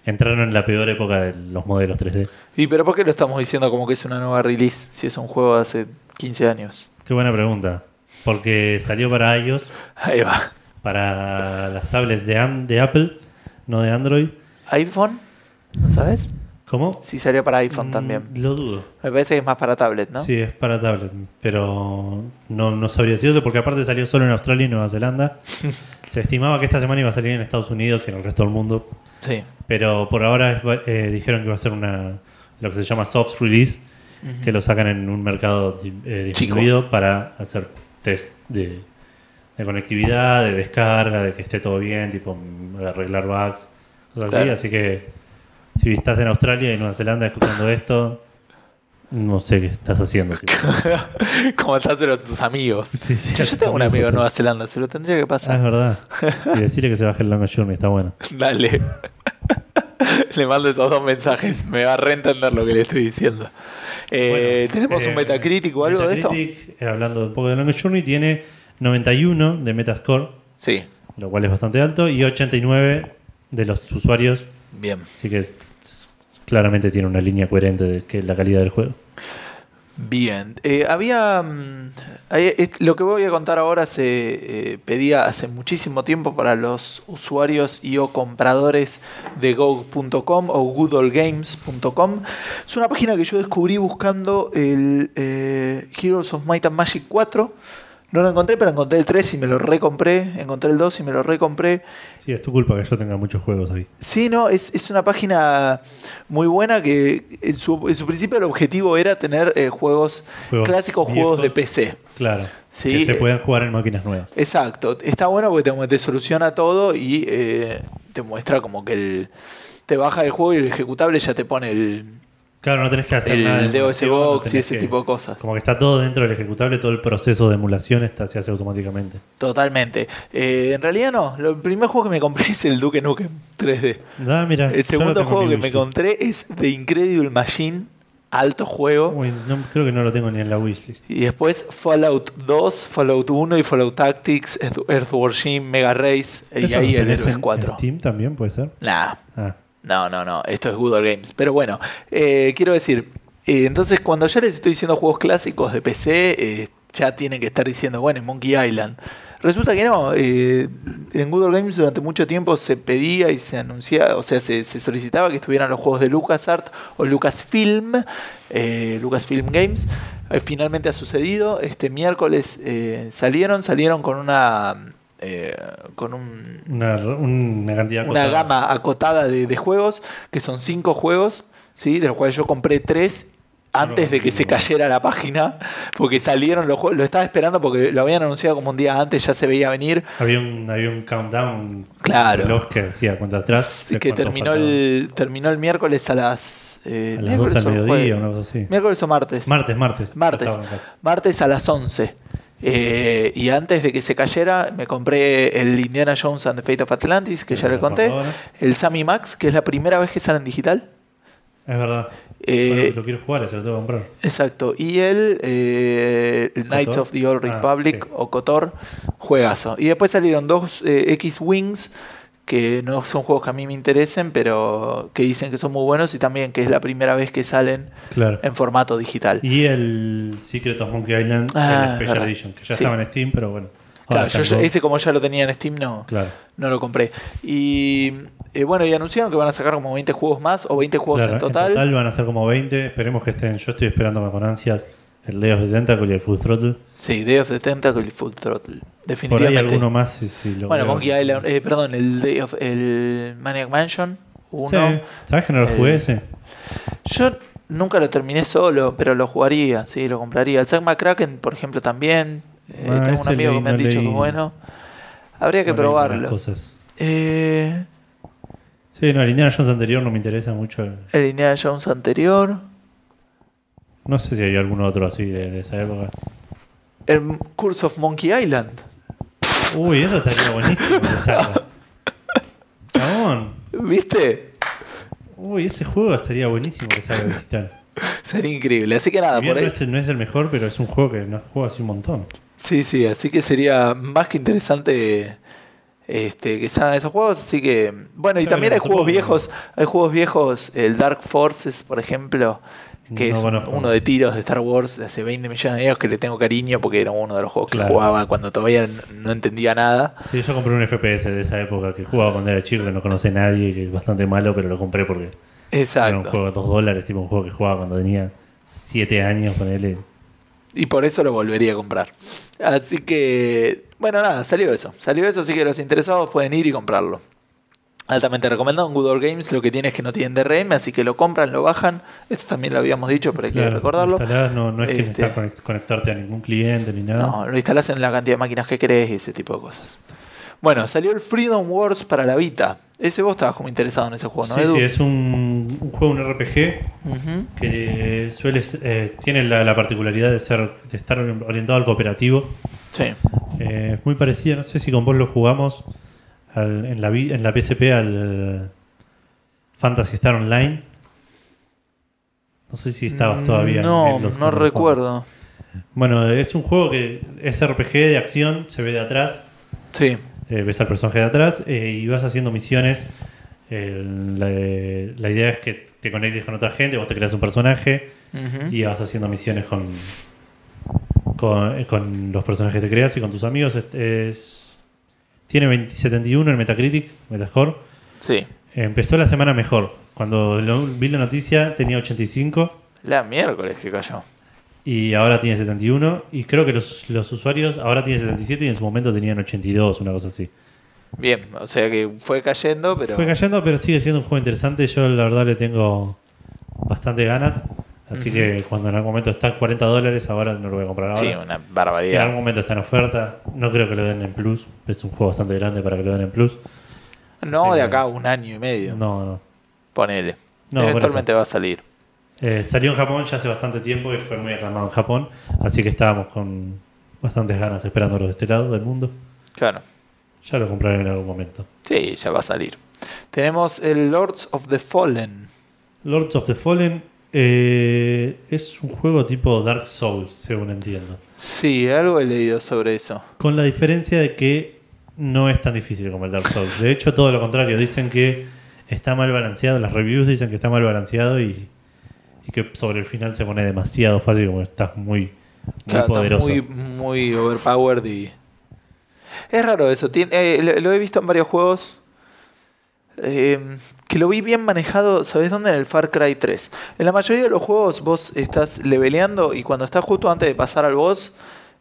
Entraron en la peor época de los modelos 3D.
¿Y pero por qué lo estamos diciendo como que es una nueva release si es un juego de hace 15 años?
Qué buena pregunta, porque salió para iOS
Ahí va.
para las tablets de, An- de Apple, no de Android.
¿iPhone? ¿No sabes?
¿Cómo?
Sí salió para iPhone también.
Mm, Lo dudo.
Me parece que es más para tablet, ¿no?
Sí, es para tablet, pero no, no sabría decirte porque aparte salió solo en Australia y Nueva Zelanda. Se estimaba que esta semana iba a salir en Estados Unidos y en el resto del mundo,
Sí.
pero por ahora es va- eh, dijeron que va a ser una lo que se llama soft release, que lo sacan en un mercado di- eh,
Chico.
disminuido para hacer test de, de conectividad, de descarga, de que esté todo bien, tipo mm, arreglar bugs, cosas así.
Claro.
Así que si estás en Australia y Nueva Zelanda escuchando esto, no sé qué estás haciendo. tipo.
como estás a tus amigos.
Sí, sí,
Che, yo tengo un
amigos
amigo en
otros.
Nueva Zelanda, se lo tendría que
Ah,
pasar.
es verdad. Y decirle que se baje el Long Journey, está bueno.
Dale. le mando esos dos mensajes. Me va a reentender lo que le estoy diciendo. Eh,
Bueno,
¿Tenemos un
eh,
Metacritic o algo de esto?
Metacritic, eh, hablando un poco de Longest Journey, tiene 91 de Metascore,
Sí.
lo cual es bastante alto, y 89 de los usuarios.
Bien.
Así que es- es- claramente tiene una línea coherente de que la calidad del juego.
Bien, Eh, había mm, hay- es- lo que voy a contar ahora se eh, pedía hace muchísimo tiempo para los usuarios y o compradores de GOG.com o goodoldgames.com. Es una página que yo descubrí buscando el eh, Heroes of Might and Magic 4. No lo encontré, pero encontré el 3 y me lo recompré. Encontré el 2 y me lo recompré.
Sí, es tu culpa que yo tenga muchos juegos ahí.
Sí, no, es, es una página muy buena que en su, en su principio el objetivo era tener eh, juegos,
Juegos
clásicos, juegos de
viejos.
PC.
Claro.
Sí,
que se
eh.
puedan jugar en máquinas nuevas.
Exacto, está bueno porque te, te soluciona todo y eh, te muestra como que el, te baja el juego y el ejecutable ya te pone el...
Claro, no tenés que hacer
El
nada. de
DOS
emulación,
Box y
tenés
ese tipo de cosas.
Como que está todo dentro del ejecutable, todo el proceso de emulación está, se hace automáticamente.
Totalmente. Eh, en realidad no, lo- el primer juego que me compré es el Duke Nukem 3D.
Ah, mira, yo
El
lo
segundo
tengo en
juego
mi
que me
wishlist.
compré es The Incredible Machine, alto juego.
Uy, no, creo que no lo tengo ni en la wishlist.
Y después Fallout 2, Fallout 1 y Fallout Tactics, Earth- Earthworm Jim, Mega Race y
¿Eso
ahí
lo
el
tenés
Heroes
en-
4.
en Steam también puede ser.
Nah,
Ah,
no, no, no, esto es Good Old Games. Pero bueno, eh, quiero decir, eh, entonces cuando ya les estoy diciendo juegos clásicos de PC, eh, ya tienen que estar diciendo, bueno, Monkey Island. Resulta que no, eh, en Good Old Games durante mucho tiempo se pedía y se anunciaba, o sea, se, se solicitaba que estuvieran los juegos de LucasArts o Lucasfilm, eh, Lucasfilm Games. Eh, Finalmente ha sucedido, este miércoles eh, salieron, salieron con una... eh, con un,
una, una cantidad
una
acotada.
gama acotada de, de juegos, que son cinco juegos, ¿sí? de los cuales yo compré tres antes de que se cayera la página, porque salieron los juegos, lo estaba esperando porque lo habían anunciado como un día antes, ya se veía venir,
Había un, había un countdown.
Claro.
Un reloj que hacía cuenta atrás. de
que
cuánto
terminó
faltaba.
el, terminó el miércoles a las... eh,
A las
miércoles
12 al
o
mediodía,
jueves.
una cosa así.
Miércoles o martes.
Martes, martes.
Martes.
Yo estaba en casa.
Martes a las 11. Eh, y antes de que se cayera, me compré el Indiana Jones and the Fate of Atlantis, que
Sí,
ya le
lo
conté.
recuerdo ahora.
El Sammy Max, que es la primera vez que sale en digital.
Es verdad.
Eh,
Bueno, lo quiero jugar, se lo tengo que comprar.
Exacto. Y el, eh, el Knights
¿Kotor?
of the Old
Ah,
Republic
sí.
o Kotor, juegazo. Y después salieron dos eh, X-Wings que no son juegos que a mí me interesen, pero que dicen que son muy buenos y también que es la primera vez que salen
Claro.
en formato digital.
Y el Secret of Monkey Island,
Ah,
el Special
verdad.
Edition, que ya
Sí.
estaba en Steam, pero bueno.
Claro,
Ahora
yo
está
ya-
en
ese como ya lo tenía en Steam, no,
Go. Claro.
no lo compré. Y eh, bueno, y anunciaron que van a sacar como 20 juegos más o 20 juegos
Claro,
en total.
van a ser como 20. Esperemos que estén. Yo estoy esperando con ansias el Day of the Tentacle y el Full Throttle.
Sí, Day of the Tentacle y Full Throttle.
Por ahí
Definitivamente.
alguno más. Si, si lo
bueno,
veo.
Monkey Island, eh, perdón, el Day of el Maniac Mansion
Sí.
1.
¿Sabes que no lo
Eh,
jugué ese?
Yo nunca lo terminé solo, pero lo jugaría, sí, lo compraría. El Zack McCracken, por ejemplo, también. Eh,
Ah,
tengo un
ese
amigo
leí,
que me han
no
dicho que
leí.
bueno. Habría que
Bueno, hay algunas
probarlo.
Cosas.
Eh,
Sí, no, el Indiana Jones anterior no me interesa mucho.
el Indiana Jones anterior.
No sé si hay algún otro así de, de esa época.
El Curse of Monkey Island.
Uy, eso estaría buenísimo de saga. Chabón.
¿Viste?
Uy, ese juego estaría buenísimo que salga digital.
Sería increíble. Así que nada,
Bien,
Ah, por
no,
ahí.
es, no es el mejor, pero es un juego que no juego así un montón.
Sí, sí, así que sería más que interesante este, que salgan esos juegos. Así que, bueno, y
Ya
también hay
veremos,
juegos
supongo.
viejos, hay juegos viejos, el Dark Forces, por ejemplo, que
No
es
conozco.
uno de tiros de Star Wars de hace 20 millones de años que le tengo cariño porque era uno de los juegos
Claro.
que jugaba cuando todavía no entendía nada.
Sí, yo compré un FPS de esa época que jugaba cuando era chico, que no conoce nadie, que es bastante malo, pero lo compré porque era un
Exacto.
juego de 2 dólares, tipo un juego que jugaba cuando tenía 7 años, ponele.
Y por eso lo volvería a comprar. Así que, bueno, nada, salió eso. Salió eso, así que los interesados pueden ir y comprarlo. Altamente recomendado en Good Old Games. Lo que tiene es que no tienen DRM, así que lo compran, lo bajan. Esto también lo habíamos dicho, pero hay que
Claro,
recordarlo.
instalás, No, no es que
Este,
necesitas conect- conectarte a ningún cliente ni nada.
No, lo instalás en la cantidad de máquinas que crees y ese tipo de cosas. Bueno, salió el Freedom Wars para la Vita. Ese vos estabas como interesado en ese juego, ¿no,
sí,
Edu?
sí, es un, un juego, un RPG,
Ujú.
que suele, ser- eh, tiene la, la particularidad de, ser, de estar orientado al cooperativo.
Sí.
Eh, es muy parecido, no sé si con vos lo jugamos al- en, la, vi- en la PSP al Fantasy Star Online. No sé si estabas todavía. en-
Mm, No,
en los-
no
en los
recuerdo.
juegos. Bueno, es un juego que es RPG de acción, se ve de atrás,
Sí.
eh, ves al personaje de atrás eh, y vas haciendo misiones. El- la, la idea es que te conectes con otra gente, vos te creas un personaje
Ujú.
y vas haciendo misiones con, con, eh, con los personajes que te creas y con tus amigos. Este es- tiene 20 71 en Metacritic, Metascore.
Sí.
Empezó la semana mejor. Cuando lo- vi la noticia tenía 85
La miércoles que cayó.
y ahora tiene 71. Y creo que los, los usuarios ahora tienen 77 y en su momento tenían 82, una cosa así.
Bien, o sea que fue cayendo, pero.
Fue cayendo, pero sigue siendo un juego interesante. Yo la verdad le tengo bastante ganas. Así que cuando en algún momento está a 40 dólares, ahora no lo voy a comprar ahora.
sí, una
Si en algún
barbaridad.
momento está en oferta, no creo que lo den en Plus. Es un juego bastante grande para que lo den en Plus.
no
sí,
de
no.
acá a un año y medio,
No, no.
ponele.
No, por
Eventualmente va a salir.
Eh, salió en Japón ya hace bastante tiempo y fue muy aclamado en Japón. Así que estábamos con bastantes ganas esperándolo de este lado del mundo.
Claro.
Ya lo compraré en algún momento.
Sí, ya va a salir. Tenemos el Lords of the Fallen.
Lords of the Fallen eh, es un juego tipo Dark Souls, según entiendo.
Sí, algo he leído sobre eso.
Con la diferencia de que no es tan difícil como el Dark Souls. De hecho, todo lo contrario. Dicen que está mal balanceado. Las reviews dicen que está mal balanceado y, y que sobre el final se pone demasiado fácil, como estás muy, muy
Claro, está
poderoso.
muy, muy overpowered y. Es raro eso. tiene- eh, lo, lo he visto en varios juegos. eh, que lo vi bien manejado, ¿sabes dónde? En el Far Cry 3. En la mayoría de los juegos vos estás leveleando y cuando estás justo antes de pasar al boss,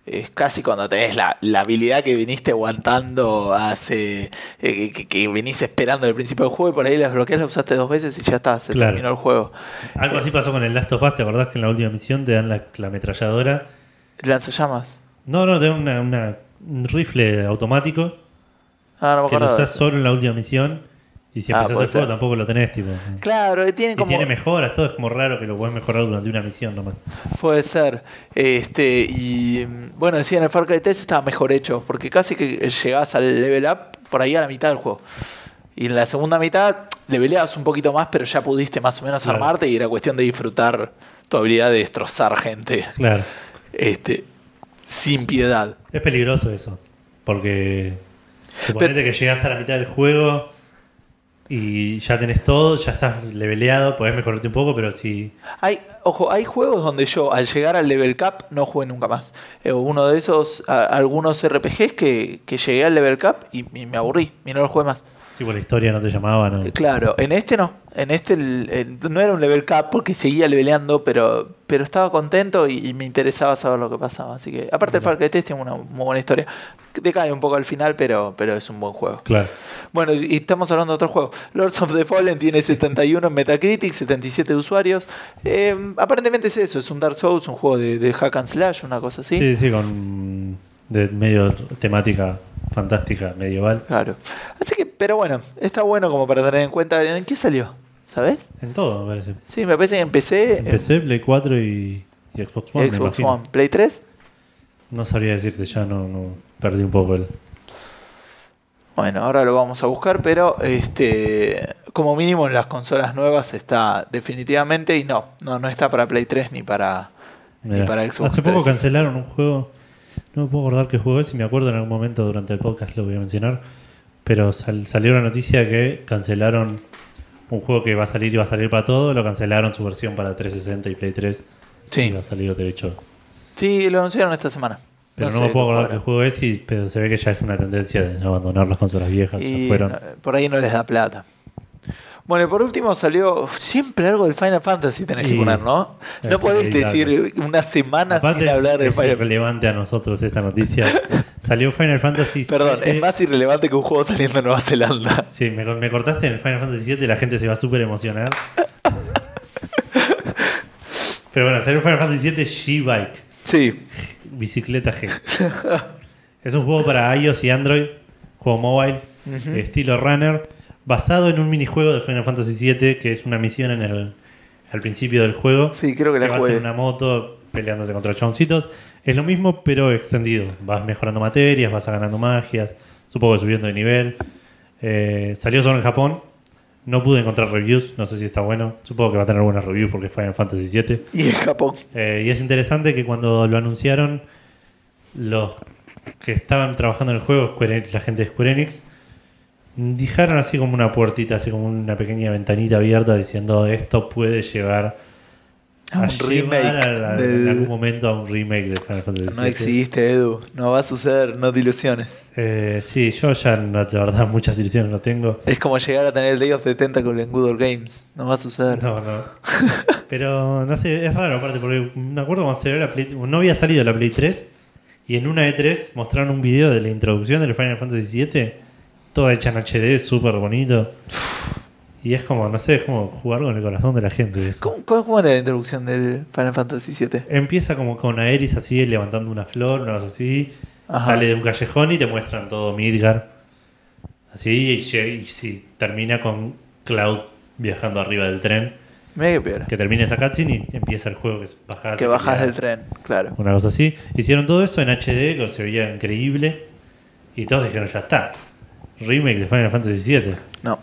es casi cuando tenés la, la habilidad que viniste aguantando hace. eh, que, que- que venís esperando al principio del juego y por ahí la bloqueas, la usaste dos veces y ya está, se
Claro.
terminó el juego.
Algo así pasó con el Last of Us. ¿Te acordás que en la última misión te dan la, la ametralladora?
Lanzallamas.
No, no, te dan una, una- un rifle automático
Ah, no me
que lo
acuerdo.
usás solo en la última misión. Y si
Ah,
empezás
puede
el juego
ser.
tampoco lo tenés, tipo.
Claro, eh, tienen
Y
como.
tiene mejoras, todo es como raro que lo puedes mejorar durante una misión nomás.
Puede ser. Este, y mm, bueno, decía en el Far Cry 3 estaba mejor hecho, porque casi que llegabas al level up por ahí a la mitad del juego. Y en la segunda mitad leveleabas un poquito más, pero ya pudiste más o menos
Claro.
armarte y era cuestión de disfrutar tu habilidad de destrozar gente
Claro.
este, sin piedad.
Es peligroso eso, porque Suponete que llegás a la mitad del juego y ya tenés todo, ya estás leveleado, podés mejorarte un poco, pero si.
Hay, ojo, hay juegos donde yo al llegar al level cap no jugué nunca más. Eh, Uno de esos, a- algunos RPGs que, que llegué al level cap y, y me aburrí y no lo jugué más.
Tipo, la historia no te llamaba, no.
Eh, Claro, en este no. En este el- el- no era un level cap porque seguía leveleando, pero, pero estaba contento y, y me interesaba saber lo que pasaba. Así que, aparte el Far Cry 3 tiene una muy buena historia. Decae un poco al final, pero, pero es un buen juego.
Claro.
Bueno, y y estamos hablando de otro juego. Lords of the Fallen tiene 71 en Metacritic, 77 usuarios. Eh, aparentemente es eso, es un Dark Souls, un juego de, de hack and slash, una cosa así.
¿Sí? sí, con. de medio temática fantástica medieval.
Claro. Así que, pero bueno, está bueno como para tener en cuenta. ¿En qué salió? ¿Sabés?
En todo, me parece.
Sí, me parece que empecé
En PC, Play 4 y, y Xbox One, me
Eh, Xbox
imagino.
One, Play 3.
No sabría decirte, ya no, no perdí un poco el.
Bueno, ahora lo vamos a buscar, pero este, como mínimo en las consolas nuevas está definitivamente y no, no, no está para Play 3 ni para, ni
Mirá.
para Xbox
Hace poco
360.
cancelaron un juego. No me puedo acordar qué juego es. Si me acuerdo en algún momento durante el podcast lo voy a mencionar. Pero sal- salió la noticia que cancelaron un juego que va a salir y va a salir para todo. Lo cancelaron su versión para 360 y Play 3. Y
Sí.
va a salir derecho.
Sí, lo anunciaron esta semana.
Pero no,
sé,
me puedo acordar qué
ahora.
juego es. Y, pero se ve que ya es una tendencia de abandonar las consolas viejas.
Y
ya fueron.
no- por ahí no les da plata. Bueno, y por último salió siempre algo del Final Fantasy tenés que
Y-
poner, ¿no?
es
No podés decir una semana
Aparte
sin
es-
hablar del
es
Final Fantasy.
relevante a nosotros esta noticia. salió Final Fantasy
Perdón,
VII.
es más irrelevante que un juego saliendo de Nueva Zelanda.
Sí, me, me cortaste en el Final Fantasy VII, la gente se va a súper emocionar. Pero bueno, salió Final Fantasy VII G-Bike,
Sí,
bicicleta G. es un juego para iOS y Android, juego mobile, estilo runner, basado en un minijuego de Final Fantasy VII, que es una misión en el, al principio del juego.
sí, creo que
que
la
vas en
jugué.
una moto peleándote contra choncitos. Es lo mismo, pero extendido. Vas mejorando materias, vas ganando magias, supongo que subiendo de nivel. Eh, salió solo en Japón. No pude encontrar reviews, no sé si está bueno. Supongo que va a tener buenas reviews porque fue en Fantasy VII.
Y en Japón.
Eh, y es interesante que cuando lo anunciaron, los que estaban trabajando en el juego, Square Enix- la gente de Square Enix, dejaron así como una puertita, así como una pequeña ventanita abierta diciendo esto puede llegar
A
Ah,
un
llevar
remake
a la-
del-
en algún momento a un remake de Final Fantasy
No
VII.
existe, Edu. No va a suceder, no te ilusiones.
Eh, sí, yo ya no, la verdad muchas ilusiones no tengo.
Es como llegar a tener el Day of the Tentacle en Good Old Games. No va a suceder.
No, no. Pero no sé, es raro aparte, porque me acuerdo cuando salió la Play, no había salido la Play 3 y en una E3 mostraron un video de la introducción del Final Fantasy VII, toda hecha en HD, súper bonito. Y es como, no sé, es como jugar con el corazón de la gente. eso.
¿Cómo, cómo- cómo era la introducción del Final Fantasy VII?
Empieza como con Aeris así, levantando una flor, una cosa así.
Ajá.
Sale de un callejón y te muestran todo Midgar. Así, y, lle- y sí, termina con Cloud viajando arriba del tren.
Mira que peor.
Que termina esa cutscene y empieza el juego que es bajar.
Que bajas del tren, claro.
Una cosa así. Hicieron todo eso en HD, que se veía increíble. Y todos dijeron, ya está. Remake de Final Fantasy VII.
No.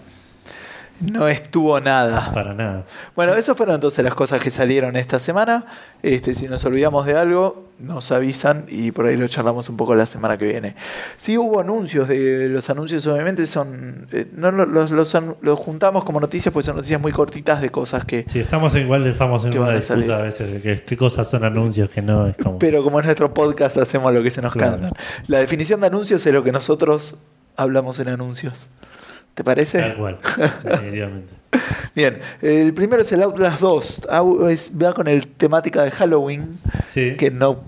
No estuvo nada.
Para nada.
Bueno, esas fueron entonces las cosas que salieron esta semana. Este, si nos olvidamos de algo, nos avisan y por ahí lo charlamos un poco la semana que viene. Sí hubo anuncios, de, los anuncios obviamente son... eh, no lo- los, los an- los juntamos como noticias, pues son noticias muy cortitas de cosas que...
Sí, estamos en- igual, estamos en
Que van
una
a
disputa
salir.
a veces de que- qué cosas son anuncios que no. Es como.
Pero como es nuestro podcast, hacemos lo que se nos
Claro.
cantan. La definición de anuncios es lo que nosotros hablamos en anuncios. ¿Te parece?
Tal cual. definitivamente.
Bien, el primero es el Outlast 2. Au- es- Va con el temática de Halloween,
Sí.
que no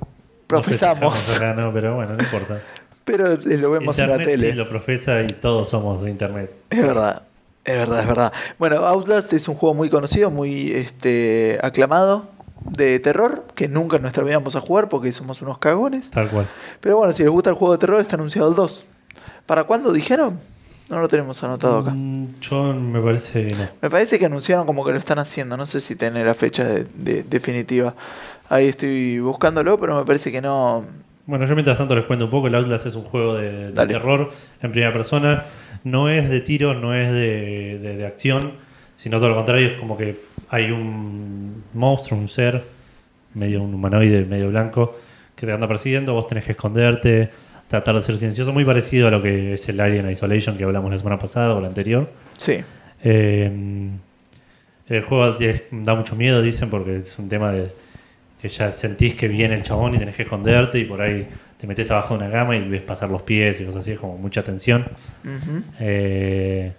festejamos
profesamos,
acá, no, pero bueno, no importa.
pero eh, lo vemos en la
Internet
tele.
sí lo profesa y todos somos de internet.
Es verdad, es verdad, es verdad. Bueno, Outlast es un juego muy conocido, muy este, aclamado de terror, que nunca en nuestra vida vamos a jugar porque somos unos cagones.
Tal cual.
Pero bueno, si les gusta el juego de terror, está anunciado el 2. ¿Para cuándo dijeron? No lo tenemos anotado acá.
Mm, Yo me parece que no.
Me parece que anunciaron como que lo están haciendo. No sé si tiene la fecha de- de- definitiva. Ahí estoy buscándolo, pero me parece que no.
Bueno, yo mientras tanto les cuento un poco. El Outlast es un juego de, de
Dale.
terror en primera persona. No es de tiro, no es de, de- de acción, sino todo lo contrario. Es como que hay un monstruo, un ser, medio un humanoide, medio blanco, que te anda persiguiendo. Vos tenés que esconderte, tratar de ser silencioso, muy parecido a lo que es el Alien Isolation que hablamos la semana pasada o la anterior.
Sí.
Eh, el juego te- da mucho miedo, dicen, porque es un tema de que ya sentís que viene el chabón y tenés que esconderte y por ahí te metes abajo de una gama y ves pasar los pies y cosas así, es como mucha tensión.
Ujú.
Eh,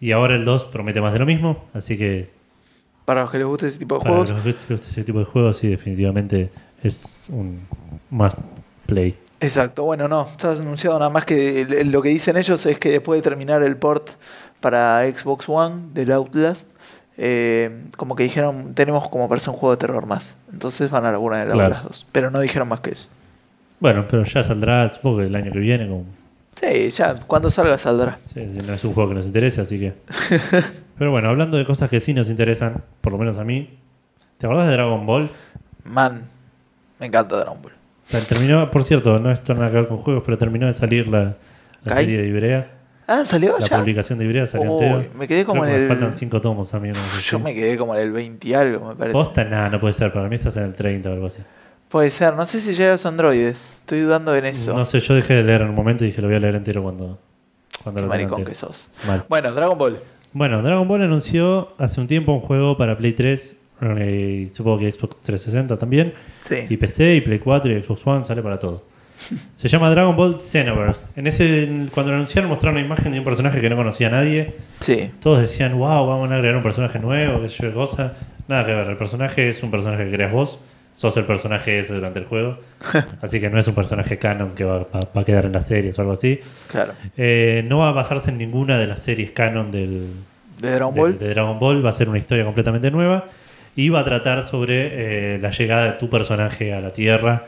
y ahora el 2 promete más de lo mismo, así que
Para los que les guste ese tipo de
para
juegos,
los que les guste ese tipo de juegos sí, definitivamente es un must play.
Exacto, bueno, no, está anunciado nada más que el- el- lo que dicen ellos es que después de terminar el port para Xbox One del Outlast, eh, como que dijeron, tenemos como para hacer un juego de terror más. Entonces van a laburar en el
Claro.
Outlast 2, pero no dijeron más que eso.
Bueno, pero ya saldrá, supongo que el año que viene, como,
Sí, ya, cuando salga saldrá.
sí, sí, no es un juego que nos interese, así que... pero bueno, hablando de cosas que sí nos interesan, por lo menos a mí, ¿te acordás de Dragon Ball?
Man, me encanta Dragon Ball.
O sea, terminó, por cierto, no esto nada que ver con juegos, pero terminó de salir la, la
¿Kai?
serie de Ibrea,
Ah, ¿salió
la
ya?
publicación de Ibrea salió
Uy,
entera.
me quedé como
Creo
en
que
el-
me faltan cinco tomos, amigo. no sé
Yo
si-
me quedé como en el 20 y algo, me parece.
Posta, nada, no puede ser. Para mí estás en el 30 o algo así.
Puede ser, no sé si llega a los androides, estoy dudando en eso.
No sé, yo dejé de leer en un momento y dije lo voy a leer entero cuando, cuando
Qué
lo tenga
maricón
entero.
que sos.
Mal.
Bueno, Dragon Ball.
Bueno, Dragon Ball anunció hace un tiempo un juego para Play 3, eh, y supongo que Xbox 360 también,
Sí.
y PC, y Play 4, y Xbox One, sale para todo. Se llama Dragon Ball Xenoverse. En ese, en- cuando lo anunciaron mostraron una imagen de un personaje que no conocía a nadie.
Sí.
Todos decían, wow, vamos a agregar un personaje nuevo, que yo qué cosa. Nada que ver, el personaje es un personaje que creas vos, sos el personaje ese durante el juego. así que no es un personaje canon que va, va- va a quedar en las series o algo así.
Claro.
Eh, no va a basarse en ninguna de las series canon del,
De Dragon
de-
Ball.
de Dragon Ball, va a ser una historia completamente nueva y va a tratar sobre eh, la llegada de tu personaje a la Tierra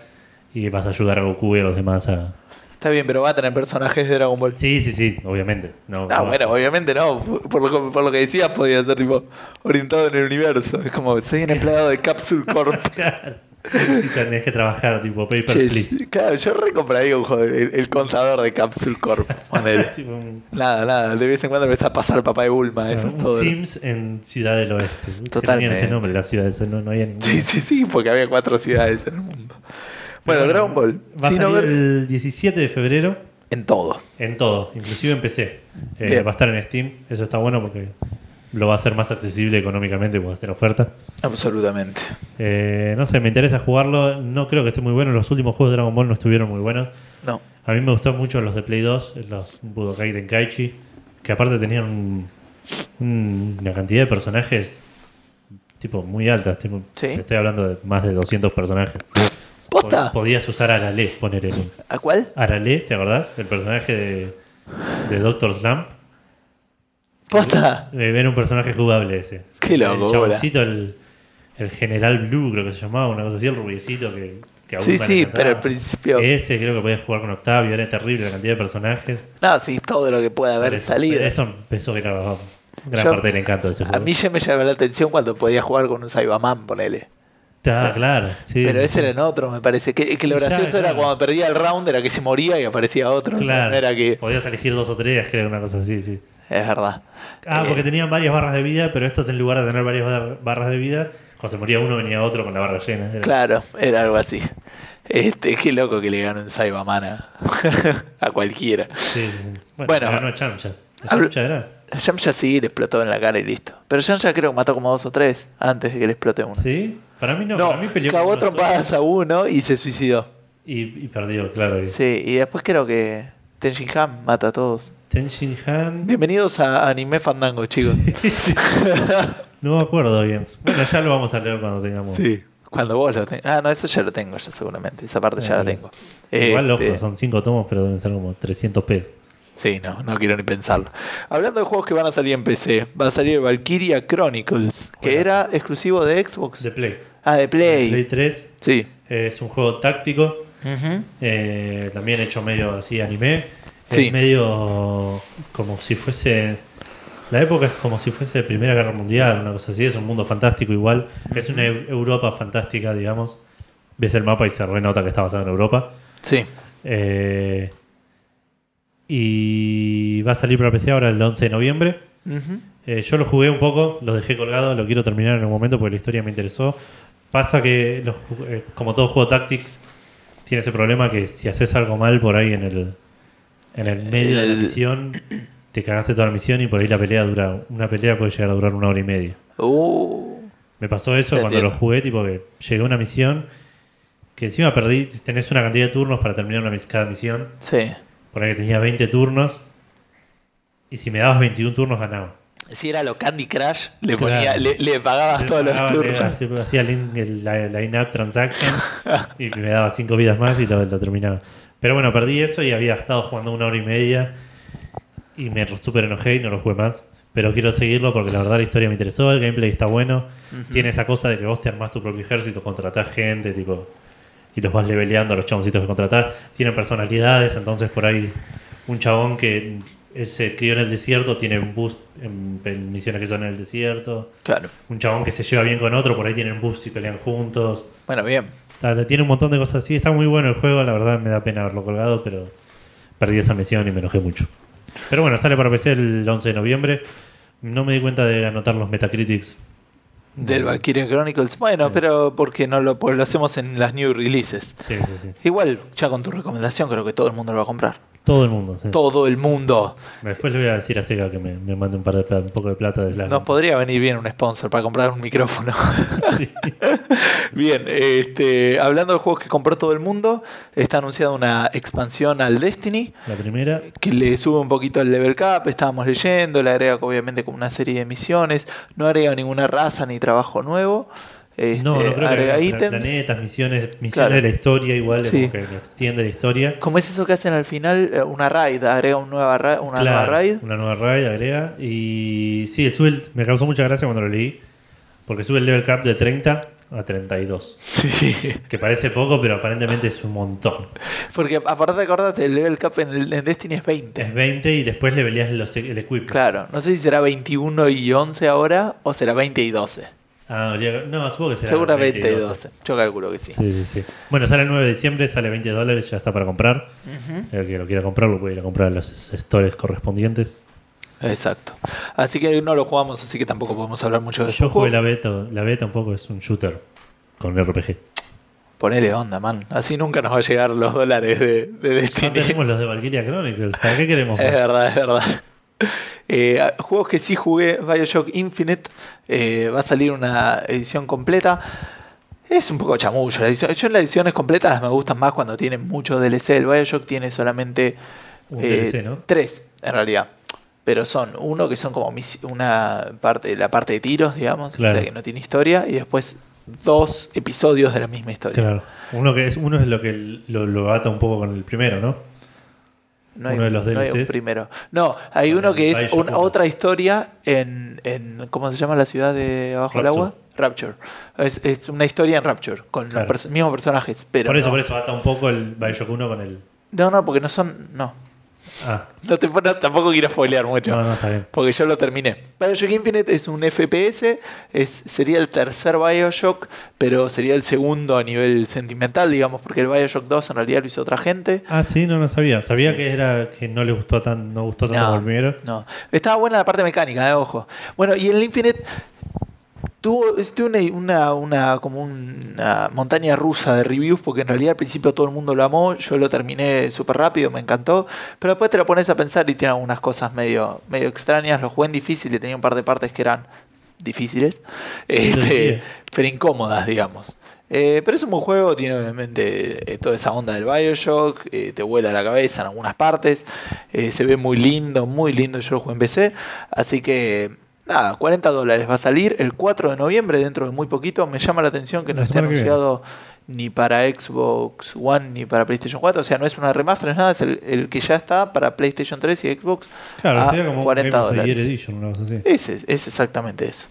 y vas a ayudar a Goku y a los demás a...
Está bien, pero va a tener personajes de Dragon Ball.
Sí, sí, sí, obviamente. No,
Ah,
no va a
bueno, obviamente no. Por lo, que- por lo que decías, podía ser tipo orientado en el universo. Es como, soy un empleado de Capsule Corp.
ser- y tenés que trabajar tipo Papers,
Che,
Please.
claro, yo recompraría un juego, el, el contador de Capsule Corp. ponele.
Tipo un-
nada, nada. De vez en cuando empezás a pasar papá de Bulma. Eso es
un
todo.
Sims en Ciudad del Oeste. Que
Totalmente.
Tenían ese nombre, la ciudad del Oeste, no, no había ningún...
Sí, sí, sí, porque había cuatro ciudades en el mundo. Bueno,
Pero
Dragon Ball.
Va a salir
Xenoverse
el 17 de febrero.
en todo.
En todo, inclusive en PC. Eh,
Bien.
va a estar en Steam, eso está bueno porque lo va a hacer más accesible económicamente porque va a tener oferta.
Absolutamente.
Eh, no sé, me interesa jugarlo, no creo que esté muy bueno, los últimos juegos de Dragon Ball no estuvieron muy buenos.
No.
A mí me gustaron mucho los de Play 2, los Budokai Tenkaichi, que aparte tenían un- un- una cantidad de personajes tipo muy altas, tipo-
Sí.
te estoy hablando de más de 200 personajes.
¿Posta?
Podías usar Arale, poner en un-
¿A cuál?
Arale, ¿te acordás? El personaje de, de Doctor Slump.
¿Posta?
Eh, Era un personaje jugable ese.
Qué
El
locura.
chaboncito, el, el general Blue, creo que se llamaba, una cosa así, el rubiecito que, que a
Sí,
Bulma le
sí,
encantaba.
pero al principio.
Ese creo que podías jugar con Octavio, era terrible la cantidad de personajes.
No, sí, todo lo que pueda haber
Pero eso-
salido.
Eso empezó que era gran
Yo-
parte del encanto de ese juego.
A mí ya me llamó la atención cuando podía jugar con un Saibaman, ponele.
Ah,
o sea,
claro, sí.
Pero ese era en otro, me parece. Que, que lo
Ya,
gracioso era
claro.
cuando perdía el round, era que se moría y aparecía otro.
Claro,
No era que.
podías elegir dos o tres, creo, una cosa así, sí.
Es verdad.
Ah,
Eh,
porque tenían varias barras de vida, pero estos en lugar de tener varias bar- barras de vida, cuando se moría uno venía otro con la barra llena. Era-
Claro, era algo así. Este, qué loco que le ganó un Saibaman a, a cualquiera.
Sí, sí, sí. Bueno,
Bueno.
ganó Chamcha.
Hablo-
Chamcha era.
A Yamcha sí le explotó en la cara y listo. Pero Yamcha creo que mató como dos o tres antes de que le explote uno.
Sí, para mí no,
no,
para mí peleó con
cagó
uno solo
trompadas a uno y se suicidó.
y, y perdió, claro. y-
Sí, y después creo que Tenjin Han mata a todos.
Tenshin Han,
Bienvenidos a Anime Fandango, chicos.
no me acuerdo bien. Bueno, ya lo vamos a leer cuando tengamos.
Cuando vos lo tengas. Ah, no, eso ya lo tengo, ya seguramente. Esa parte ya
Ah,
la
bien.
tengo.
Igual,
Este,
ojo, son 5 tomos, pero deben ser como 300 pesos.
Sí, no, no quiero ni pensarlo. Hablando de juegos que van a salir en PC, va a salir Valkyria Chronicles, que era exclusivo de Xbox.
De Play.
ah, de Play.
Play 3
Sí.
eh, es un juego táctico,
Ujú.
eh, también hecho medio así anime.
Sí.
Es medio como si fuese. La época es como si fuese Primera Guerra Mundial, una cosa así. Es un mundo fantástico igual. Es una Eu- Europa fantástica, digamos. Ves el mapa y se renota que está basado en Europa.
Sí.
Eh, y va a salir para PC ahora el 11 de noviembre.
Ujú.
Eh, yo lo jugué un poco, lo dejé colgado, lo quiero terminar en un momento porque la historia me interesó. Pasa que, los ju- eh, como todo juego Tactics, tiene ese problema que si haces algo mal por ahí en el, en el medio de la
El-
misión, te cagaste toda la misión y por ahí la pelea dura. Una pelea puede llegar a durar una hora y media.
Uh,
Me pasó eso
Te
cuando
entiendo.
lo jugué, tipo que llegué a una misión que encima perdí, tenés una cantidad de turnos para terminar una mis- cada misión.
sí.
Por ahí que tenía 20 turnos. Y si me dabas 21 turnos, ganaba.
Si era lo Candy Crush, le,
Claro.
ponía, le, le pagabas todos
Ah,
los
le-
turnos.
hacía- Hacía el in- el- la, la in-app transaction y me daba cinco vidas más y lo, lo terminaba. Pero bueno, perdí eso y había estado jugando una hora y media y me súper enojé y no lo jugué más. Pero quiero seguirlo porque la verdad la historia me interesó, el gameplay está bueno. Tiene esa cosa de que vos te armás tu propio ejército, contratás gente, tipo. Y los vas leveleando a los chaboncitos que contratás. Tienen personalidades, entonces por ahí un chabón que se crió en el desierto tiene un boost en, en misiones que son en el desierto
Claro.
un chabón que se lleva bien con otro, por ahí tienen bus y pelean juntos.
Bueno, bien.
Está- Tiene un montón de cosas así, está muy bueno el juego, la verdad me da pena haberlo colgado, pero perdí esa misión y me enojé mucho. Pero bueno, sale para PC el 11 de noviembre. No me di cuenta de anotar los Metacritics.
Del Valkyrie Chronicles. Bueno,
Mm. Sí.
pero porque no lo, pues lo hacemos en las new releases.
Sí, sí, sí.
Igual, ya con tu recomendación, creo que todo el mundo lo va a comprar.
Todo el mundo. sí.
Todo el mundo.
Después le voy a decir a Sega que me, me mande un, par de, pla- un poco de plata de Slack.
Nos podría venir bien un sponsor para comprar un micrófono.
Sí.
Bien, este, hablando de juegos que compró todo el mundo, está anunciada una expansión al Destiny
La primera,
que le sube un poquito el level cap, estábamos leyendo, le agrega obviamente como una serie de misiones, no agrega ninguna raza ni trabajo nuevo, este,
no, no creo que
agrega
hagan
ítems.
planetas, misiones, misiones
Claro.
de la historia, igual, es
Sí.
como que extiende la historia.
Como es eso que hacen al final, eh, una raid, agrega un nueva ra- una
Claro,
nueva raid.
Una nueva raid, agrega. Y sí, el sube el- me causó mucha gracia cuando lo leí. Porque sube el level cap de 30 a 32.
Sí,
Que parece poco, pero aparentemente es un montón.
porque aparte acordate, el level cap en, el- en Destiny es 20.
Es 20 y después le peleas los, e-, el equipo.
Claro, no sé si será 21 y 11 ahora o será 20 y 12.
Ah, habría- no, supongo que será.
Seguramente
20 y
12. Yo calculo que sí.
Sí, sí, sí. Bueno, sale el 9 de diciembre, sale 20 dólares, ya está para comprar. El que lo quiera comprar lo puede ir a comprar en los stores correspondientes.
Exacto. Así que no lo jugamos, así que tampoco podemos hablar mucho de este
Yo
eso.
jugué la beta, la beta un poco es un shooter con RPG.
Ponele onda, man. Así nunca nos va a llegar los dólares de, de
Ya
Destiny.
Ah, tenemos los de Valkyria Chronicles, ¿para qué queremos
Es
más?
verdad, es verdad. Eh, a- juegos que sí jugué, Bioshock Infinite, eh, va a salir una edición completa. Es un poco chamullo la edición. Yo en las ediciones completas me gustan más cuando tienen mucho DLC. El Bioshock tiene solamente
Un
eh,
DLC, ¿no?
tres, en realidad. Pero son uno que son como mis- una parte, la parte de tiros, digamos, o
Claro.
sea que no tiene historia, y después dos episodios de la misma historia.
Claro. Uno que es, uno es lo que lo, lo ata un poco con el primero, ¿no?
No hay,
Uno de los
no hay un
DLCs.
primero. No, hay
Con
uno
el
que es
Bioshock
una-
uno.
otra historia en, en- ¿Cómo se llama la ciudad de abajo del
Rapture.
agua? Rapture. Es, es una historia en Rapture, con
Claro.
los perso- mismos personajes. Pero
por eso,
no.
por eso ata un poco el Bioshock 1 con el.
no, no, porque no son. No.
Ah,
No te no, tampoco quiero spoilear mucho.
no, no, está bien.
Porque yo lo terminé. Bioshock Infinite es un FPS, es, sería el tercer Bioshock, pero sería el segundo a nivel sentimental, digamos, porque el Bioshock 2 en realidad lo hizo otra gente.
Ah, sí, no, no sabía. Sabía que era que no le gustó tan, no gustó tanto como el primero.
no. Estaba buena la parte mecánica, eh, ojo. Bueno, y el Infinite tuvo, es- tuvo una, una- una- como una montaña rusa de reviews, porque en realidad al principio todo el mundo lo amó, yo lo terminé súper rápido, me encantó, pero después te lo pones a pensar y tiene algunas cosas medio, medio extrañas, lo jugué en difícil y tenía un par de partes que eran difíciles, este,
decía.
pero incómodas, digamos. Eh, pero es un buen juego, tiene obviamente eh, toda esa onda del Bioshock, eh, te vuela la cabeza en algunas partes, eh, se ve muy lindo, muy lindo, yo lo juego en PC, así que nada, 40 dólares va a salir el 4 de noviembre, dentro de muy poquito, me llama la atención que no
La
esté
semana que viene.
anunciado ni para Xbox One ni para PlayStation 4, o sea, no es una remaster, es nada, es el, el que ya está para PlayStation 3 y Xbox
Claro,
a
sería como un
40
Game of the Year
Ah, dólares.
Edition, una cosa así.
Ese, es exactamente eso.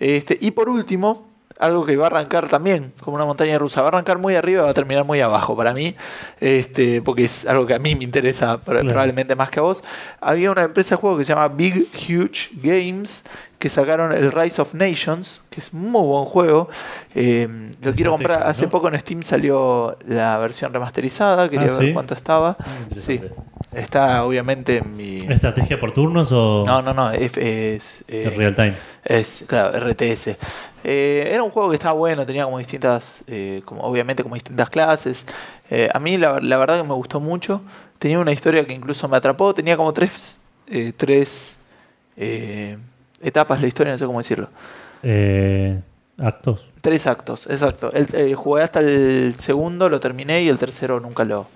Este, y por último, algo que va a arrancar también, como una montaña rusa, va a arrancar muy arriba y va a terminar muy abajo para mí, este, porque es algo que a mí me interesa pro-
Claro.
probablemente más que a vos. Había una empresa de juegos que se llama Big Huge Games, que sacaron el Rise of Nations, que es muy buen juego. Eh, lo quiero comprar,
estrategia,
hace
¿no?
poco en Steam salió la versión remasterizada, quería ver
Ah, sí.
cuánto estaba.
Muy
Sí.
interesante.
Está obviamente en mi.
¿Estrategia por turnos o
No, no, no, es. es, eh,
en real time?
es, claro, RTS. Eh, era un juego que estaba bueno, tenía como distintas, eh, como, obviamente como distintas clases. Eh, a mí la, la verdad que me gustó mucho. Tenía una historia que incluso me atrapó. Tenía como tres, eh, tres eh, etapas la historia, no sé cómo decirlo.
Eh, actos.
Tres actos, exacto. El- eh, jugué hasta el segundo, lo terminé y el tercero nunca lo,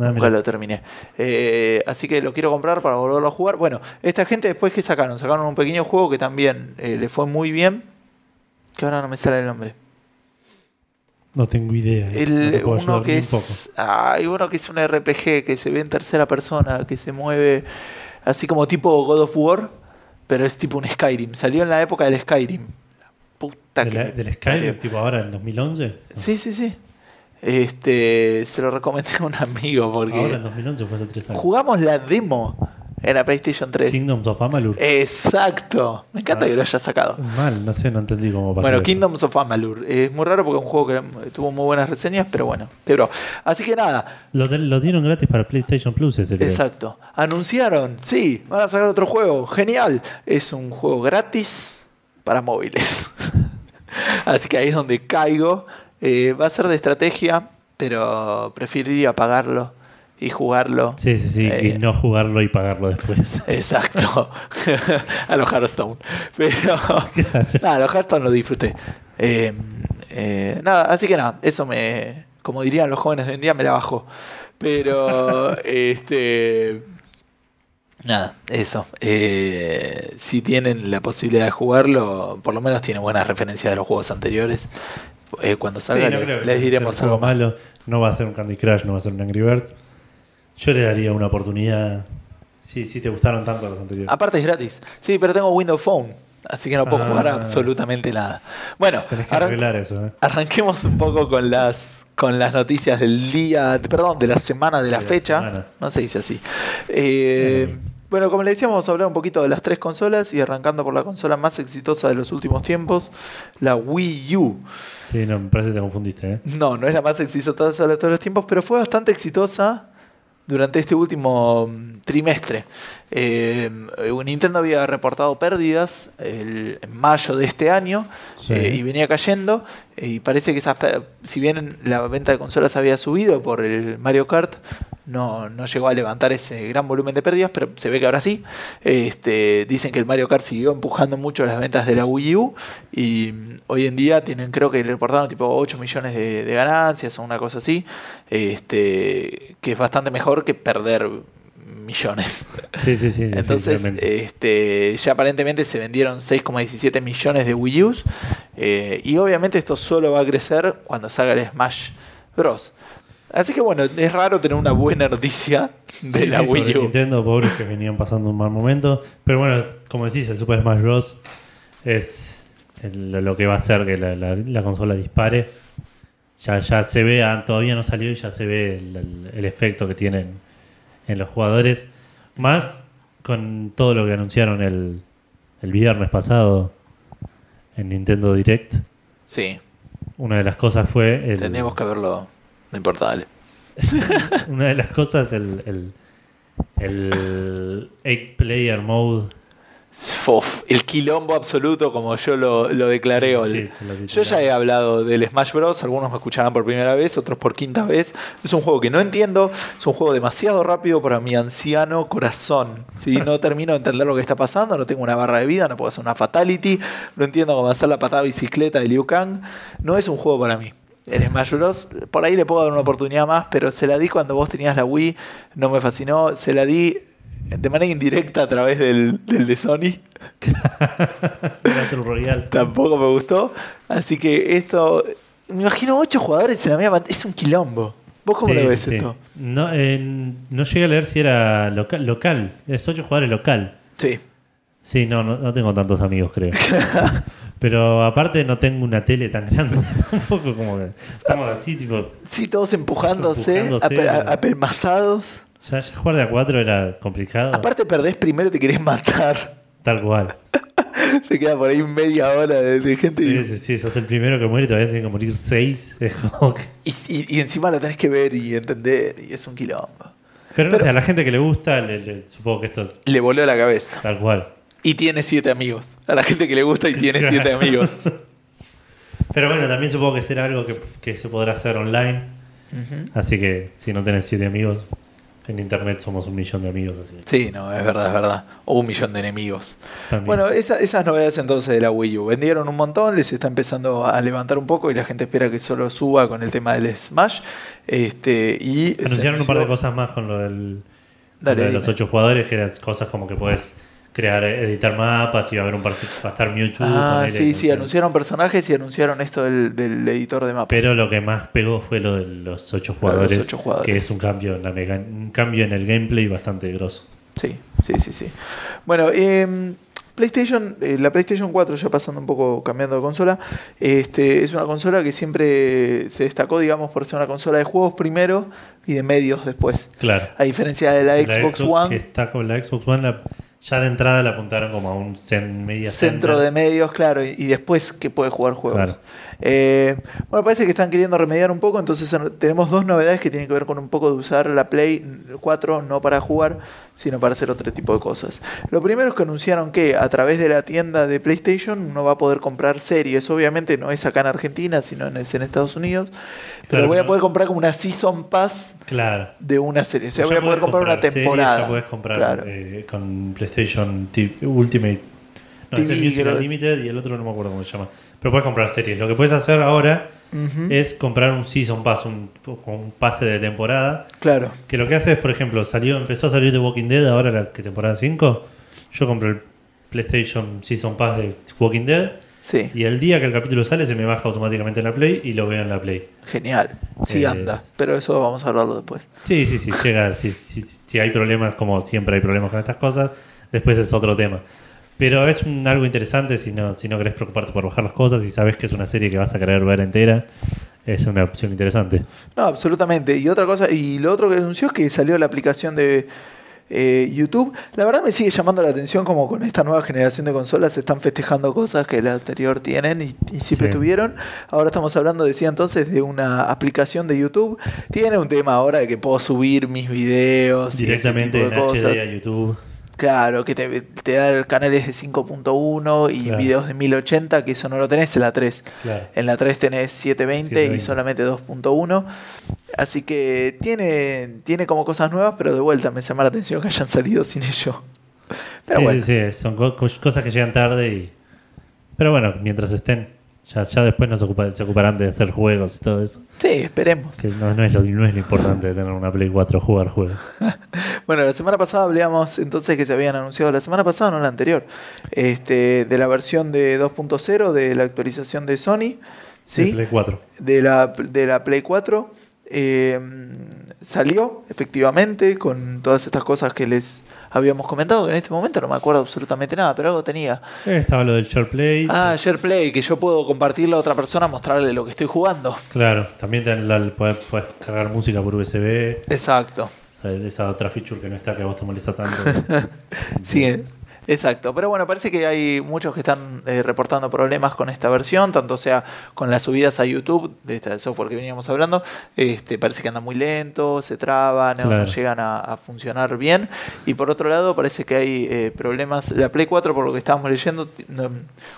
Ah,
Nunca
mira.
lo terminé. Eh, así que lo quiero comprar para volverlo a jugar. Bueno, esta gente después que sacaron, sacaron un pequeño juego que también eh, le fue muy bien. Que ahora no me sale el nombre.
No tengo idea. Eh, No te
El,
puedo
uno
ayudar ni
que
un poco.
es. Hay uno que es un RPG que se ve en tercera persona, que se mueve así como tipo God of War, pero es tipo un Skyrim. Salió en la época del Skyrim. La puta
De
que
la-
me
¿Del
parió.
Skyrim? ¿Tipo ahora en 2011?
Sí, sí, sí. Este, se lo recomendé a un amigo porque.
Ahora en 2011 fue hace 3 años.
Jugamos la demo en la PlayStation 3.
Kingdoms of Amalur.
Exacto. Me encanta
Ah.
que lo hayas sacado.
Mal, no sé, no entendí cómo pasó.
Bueno,
eso.
Kingdoms of Amalur. Eh, Es muy raro porque es un juego que tuvo muy buenas reseñas, pero bueno. Pero, así que nada,
Lo, de- lo dieron gratis para PlayStation Plus ese creo.
exacto. Anunciaron, sí, van a sacar otro juego. Genial. Es un juego gratis para móviles. así que ahí es donde caigo. Eh, va a ser de estrategia, pero preferiría pagarlo y jugarlo.
Sí, sí, sí,
Eh,
y no jugarlo y pagarlo después.
Exacto. a los Hearthstone. Pero. nada, a los Hearthstone lo disfruté. Eh, eh, nada, así que nada, eso me. Como dirían los jóvenes de hoy en día, me la bajó. Pero. este. Nada, eso. Eh, si tienen la posibilidad de jugarlo, por lo menos tienen buenas referencias de los juegos anteriores. Eh, cuando
Sí,
salga
no creo
les,
que
les
sea
diremos
un juego
algo más.
malo. No va a ser un Candy Crush, no va a ser un Angry Bird. Yo le daría una oportunidad. Si sí, te gustaron tanto los anteriores.
Aparte es gratis. Sí, pero tengo Windows Phone, así que no puedo
Ah.
jugar absolutamente nada. Bueno,
Tenés que
arran-
arreglar eso, ¿eh?
arranquemos un poco con las con las noticias del día, perdón, de la semana, de la
De la
fecha.
semana.
No se dice así. Eh, Bueno, como le decíamos, vamos a hablar un poquito de las tres consolas y arrancando por la consola más exitosa de los últimos tiempos, la Wii U.
Sí, no, me parece que te confundiste, ¿eh?
No, no es la más exitosa de todos los tiempos, pero fue bastante exitosa durante este último mm, trimestre. Eh, Nintendo había reportado pérdidas el- en mayo de este año
Sí.
eh, y venía cayendo. eh, Y parece que esas, per- si bien la venta de consolas había subido por el Mario Kart, no, no llegó a levantar ese gran volumen de pérdidas, pero se ve que ahora sí. Este, dicen que el Mario Kart siguió empujando mucho las ventas de la Wii U y mm, hoy en día tienen, creo que le reportaron tipo 8 millones de, de ganancias o una cosa así, este, que es bastante mejor que perder millones.
Sí, sí, sí.
Entonces,
definitivamente.
este, ya aparentemente se vendieron 6,17 millones de Wii U's. eh, y obviamente esto solo va a crecer cuando salga el Smash Bros. Así que bueno, es raro tener una buena noticia de
Sí,
la
sí, sobre
Wii U.
Nintendo, pobres que venían pasando un mal momento. Pero bueno, como decís, el Super Smash Bros. es el- lo que va a hacer que la, la- la consola dispare. Ya, ya se ve, ah, todavía no salió y ya se ve el, el- el efecto que tienen en los jugadores. Más con todo lo que anunciaron el, el viernes pasado en Nintendo Direct.
Sí,
Una de las cosas fue el,
tendríamos que verlo. No importa, dale.
una de las cosas el, el, el 8 player mode
Fof, el quilombo absoluto, como yo lo, lo declaré hoy.
Sí, lo
Yo ya he hablado del Smash Bros. Algunos me escucharán por primera vez, otros por quinta vez. Es un juego que no entiendo. Es un juego demasiado rápido para mi anciano corazón. Si no termino de entender lo que está pasando, no tengo una barra de vida, no puedo hacer una fatality, no entiendo cómo hacer la patada bicicleta de Liu Kang. No es un juego para mí. El Smash Bros. Por ahí le puedo dar una oportunidad más, pero se la di cuando vos tenías la Wii. No me fascinó. Se la di de manera indirecta a través del, del de Sony.
Battle Royale.
Tampoco me gustó. Así que esto. Me imagino ocho jugadores en la misma pantalla. Es un quilombo. ¿Vos cómo
Sí,
lo ves
sí, sí.
esto?
No, eh, no llegué a leer si era local. local. Es 8 jugadores local.
Sí.
Sí, no, no, no tengo tantos amigos, creo. Pero aparte no tengo una tele tan grande tampoco como que somos así, tipo,
Sí, todos empujándose,
Empujándose.
ape- a- apelmazados.
ya, ya jugar de a 4 era complicado,
Aparte, perdés primero y te querés matar.
tal cual.
Se queda por ahí media hora de, de gente.
Sí,
y-
sí, sí, sos el primero que muere y todavía tienen que morir 6. Es como que
Y, y- y encima lo tenés que ver y entender. Y es un quilombo.
Pero, no sé, a la gente que le gusta, le- le- supongo que esto es
Le voló la cabeza.
tal cual.
Y tiene siete amigos. A la gente que le gusta y tiene
Claro.
siete amigos.
Pero bueno, también supongo que será algo que, que se podrá hacer online.
Ujú.
Así que si no tenés siete amigos, en internet somos un millón de amigos. Así que
Sí, no, es verdad, es verdad. O un millón de enemigos.
también.
Bueno, esa- esas novedades entonces de la Wii U. Vendieron un montón, les está empezando a levantar un poco y la gente espera que solo suba con el tema del Smash. Este, y se
Anunciaron un par de
anunció-
cosas más con lo del con
Dale,
lo de
dime.
los ocho jugadores, que eran cosas como que podés crear, eh, editar mapas y va a haber un par va a estar Mewtwo.
Ah,
ponele,
sí,
no
sí,
sé.
anunciaron personajes y anunciaron esto del, del editor de mapas.
Pero lo que más pegó fue lo de los ocho
Lo de los
jugadores,
ocho jugadores.
que es un cambio en la mega- un cambio en el gameplay bastante grosso.
Sí, sí, sí, sí. Bueno, eh, PlayStation, eh, la PlayStation 4, ya pasando un poco, cambiando de consola, este, es una consola que siempre se destacó, digamos, por ser una consola de juegos primero y de medios después.
Claro.
A diferencia de la
La
Xbox,
que
One,
está con la Xbox One la- ya de entrada la apuntaron como a un cen- media
centro de medios, claro, y, y después que puede jugar juegos.
Claro.
Eh, bueno, parece que están queriendo remediar un poco, entonces an- tenemos dos novedades que tienen que ver con un poco de usar la Play 4 no para jugar, sino para hacer otro tipo de cosas. Lo primero es que anunciaron que a través de la tienda de PlayStation uno va a poder comprar series, obviamente no es acá en Argentina, sino en, es en Estados Unidos, pero
Claro,
voy a
pero-
poder comprar como una Season Pass
Claro.
de una serie, o sea,
Pues Ya
voy a poder
podés
comprar, una
series,
temporada.
ya podés comprar
Claro.
eh, con PlayStation T- Ultimate. No,
TV,
es el Music
creo que es.
Unlimited y el otro no me acuerdo cómo se llama. Pero puedes comprar series. Lo que puedes hacer ahora
Ujú.
es comprar un Season Pass, un, un pase de temporada.
Claro.
Que lo que hace es, por ejemplo, salió, empezó a salir The Walking Dead, ahora la que temporada 5. Yo compré el PlayStation Season Pass de Walking Dead.
Sí,
Y el día que el capítulo sale, se me baja automáticamente en la Play y lo veo en la Play.
genial. Sí,
Es-
anda. Pero eso vamos a hablarlo después.
Sí, sí, sí, llega. Si hay problemas, como siempre hay problemas con estas cosas, después es otro tema. Pero es un- algo interesante si no, si no querés preocuparte por bajar las cosas y sabes que es una serie que vas a querer ver entera. Es una opción interesante.
No, absolutamente. Y otra cosa, y lo otro que anunció es que salió la aplicación de eh, YouTube. La verdad me sigue llamando la atención como con esta nueva generación de consolas se están festejando cosas que la anterior tienen y, y siempre
Sí.
tuvieron. Ahora estamos hablando, decía entonces, de una aplicación de YouTube. Tiene un tema ahora de que puedo subir mis videos y ese
Directamente
tipo
en
de
HD
cosas.
a YouTube.
Claro, que te, te da canales de 5.1 y
Claro.
videos de 1080, que eso no lo tenés en la 3.
Claro.
En la 3 tenés 720,
720.
y solamente 2.1. Así que tiene, tiene como cosas nuevas, pero de vuelta me llama la atención que hayan salido sin ello. Pero
sí,
bueno,
sí, sí, son co- co- cosas que llegan tarde y... Pero bueno, mientras estén, ya, ya después nos ocupa- se ocuparán de hacer juegos y todo eso.
sí, esperemos.
Que no, no es lo, no es lo importante de tener una Play 4, jugar juegos.
Bueno, la semana pasada hablamos entonces que se habían anunciado, la semana pasada, no la anterior, este, de la versión de 2.0, de la actualización de Sony.
De
¿sí?
Play 4.
de la, de la Play 4 eh, salió efectivamente con todas estas cosas que les habíamos comentado, que en este momento no me acuerdo absolutamente nada, pero algo tenía.
Eh, estaba lo del short play.
Ah, SharePlay, que yo puedo compartirle a otra persona, mostrarle lo que estoy jugando.
Claro, también te- la- podés, podés cargar música por USB.
Exacto.
o sea, Esa otra feature que no está, que a vos te molesta tanto.
Sí, eh. exacto. Pero bueno, parece que hay muchos que están eh, reportando problemas con esta versión, tanto sea con las subidas a YouTube, de este software que veníamos hablando, este, parece que anda muy lento, se traba, no, no
Claro.
llegan a, a funcionar bien. Y por otro lado, parece que hay eh, problemas. La Play 4, por lo que estábamos leyendo, t- no,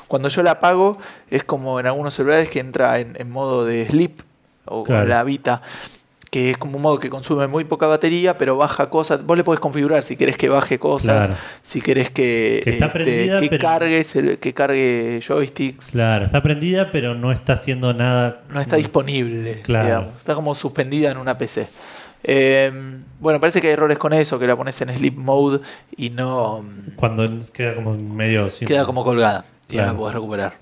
cuando yo la apago, es como en algunos celulares que entra en, en modo de sleep o
Claro.
la habita que es como un modo que consume muy poca batería, pero baja cosas. Vos le podés configurar si querés que baje cosas,
Claro.
si querés que, este,
Que está prendida,
que,
pero-
cargue, cel- que cargue joysticks.
claro, está prendida, pero no está haciendo nada.
No está disponible,
Mm. Claro.
digamos. Está como suspendida en una PC. Eh, bueno, parece que hay errores con eso, que la pones en sleep mode y no mm,
Cuando queda como medio. sin-
queda como colgada. Y no la
Claro.
podés recuperar.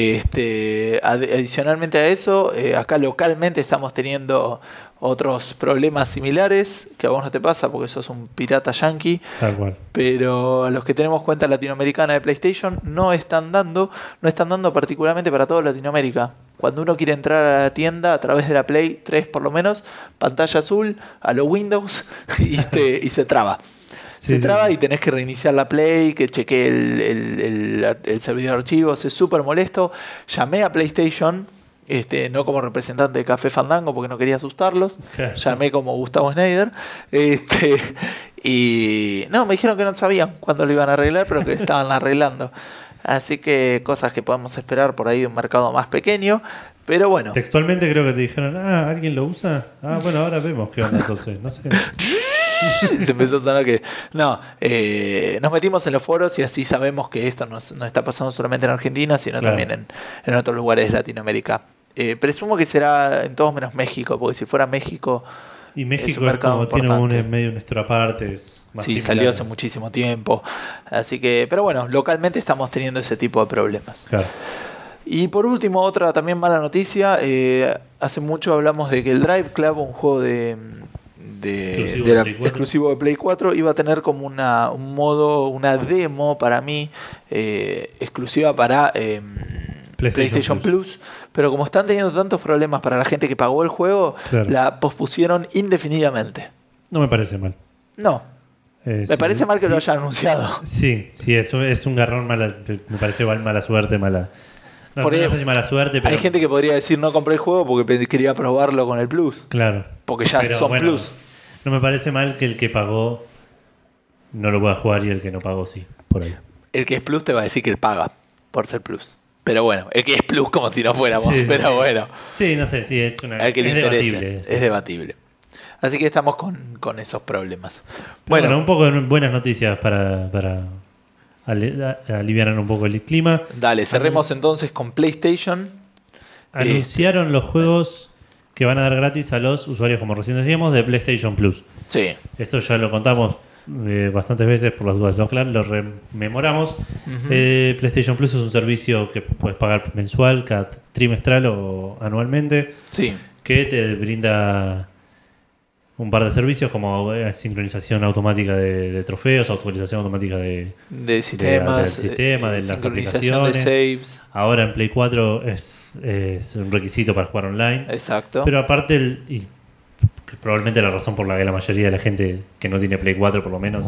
Este, ad- adicionalmente a eso, eh, acá localmente estamos teniendo otros problemas similares, que a vos no te pasa porque sos un pirata yankee.
Tal cual.
Pero a los que tenemos cuenta latinoamericana de PlayStation no están dando, no están dando particularmente para toda Latinoamérica. Cuando uno quiere entrar a la tienda a través de la Play 3 por lo menos, pantalla azul, a los Windows y, te- y se traba.
Sí,
se
sí,
traba
sí.
y tenés que reiniciar la Play, que chequee el, el- el- el servidor de archivos, es súper molesto. Llamé a PlayStation Este, no como representante de Café Fandango porque no quería asustarlos.
Claro.
Llamé como Gustavo Schneider. Este, y no, me dijeron que no sabían cuándo lo iban a arreglar, pero que lo estaban arreglando. Así que cosas que podemos esperar por ahí de un mercado más pequeño. Pero bueno,
Textualmente creo que te dijeron, ah, ¿alguien lo usa? Ah, bueno, ahora vemos qué onda entonces. No sé.
se empezó a sonar que. No, eh, nos metimos en los foros y así sabemos que esto no, es- no está pasando solamente en Argentina, sino
Claro.
también en, en otros lugares de Latinoamérica. Eh, presumo que será en todos menos México, porque si fuera México,
Y
Es un
México es,
mercado
como tiene un
importante.
en medio de nuestra parte. Es más
sí,
similar.
salió hace muchísimo tiempo. Así que, pero bueno, localmente estamos teniendo ese tipo de problemas.
Claro.
Y por último, otra también mala noticia. eh, hace mucho hablamos de que el Drive Club, un juego de, de-
Exclusivo
de
de
la-
Play 4.
exclusivo de Play 4, iba a tener como una, un modo, una demo para mí, eh, exclusiva para eh, PlayStation,
PlayStation
Plus. Pero como están teniendo tantos problemas para la gente que pagó el juego,
Claro.
la pospusieron indefinidamente.
No me parece mal.
No,
Eh, sí,
me parece mal que
sí.
lo hayan anunciado.
Sí, sí, es un, es un garrón mala. Me parece igual mala suerte, mala. No,
Por
no
ahí-
sé si mala suerte, pero.
Hay gente que podría decir no compré el juego porque pe- quería probarlo con el Plus.
Claro.
Porque ya
Pero
son
bueno,
Plus.
No me parece mal que el que pagó no lo pueda jugar y el que no pagó sí. Por ahí.
El que es plus te va a decir que paga por ser plus. Pero bueno, el que es plus como si no fuéramos.
Sí.
Pero bueno,
Sí, no sé, sí, es una.
al que le
es
interese.
debatible.
es debatible. Así que estamos con, con esos problemas.
Bueno,
Bueno,
un poco de buenas noticias para, para ale- a- aliviar un poco el clima.
dale, cerremos entonces con PlayStation.
Anunciaron los juegos que van a dar gratis a los usuarios, como recién decíamos, de PlayStation Plus.
Sí,
Esto ya lo contamos eh, bastantes veces por las dudas, ¿no? Claro, lo rememoramos. Eh, PlayStation Plus es un servicio que puedes pagar mensual, cada trimestral o anualmente,
sí.
que te brinda un par de servicios como eh, sincronización automática de, de trofeos, actualización automática de,
De sistemas. eh,
del sistema, de las
sincronización de saves.
Ahora en Play 4 es, es un requisito para jugar online.
Exacto.
Pero aparte, el- y que probablemente la razón por la que la mayoría de la gente que no tiene Play 4 por lo menos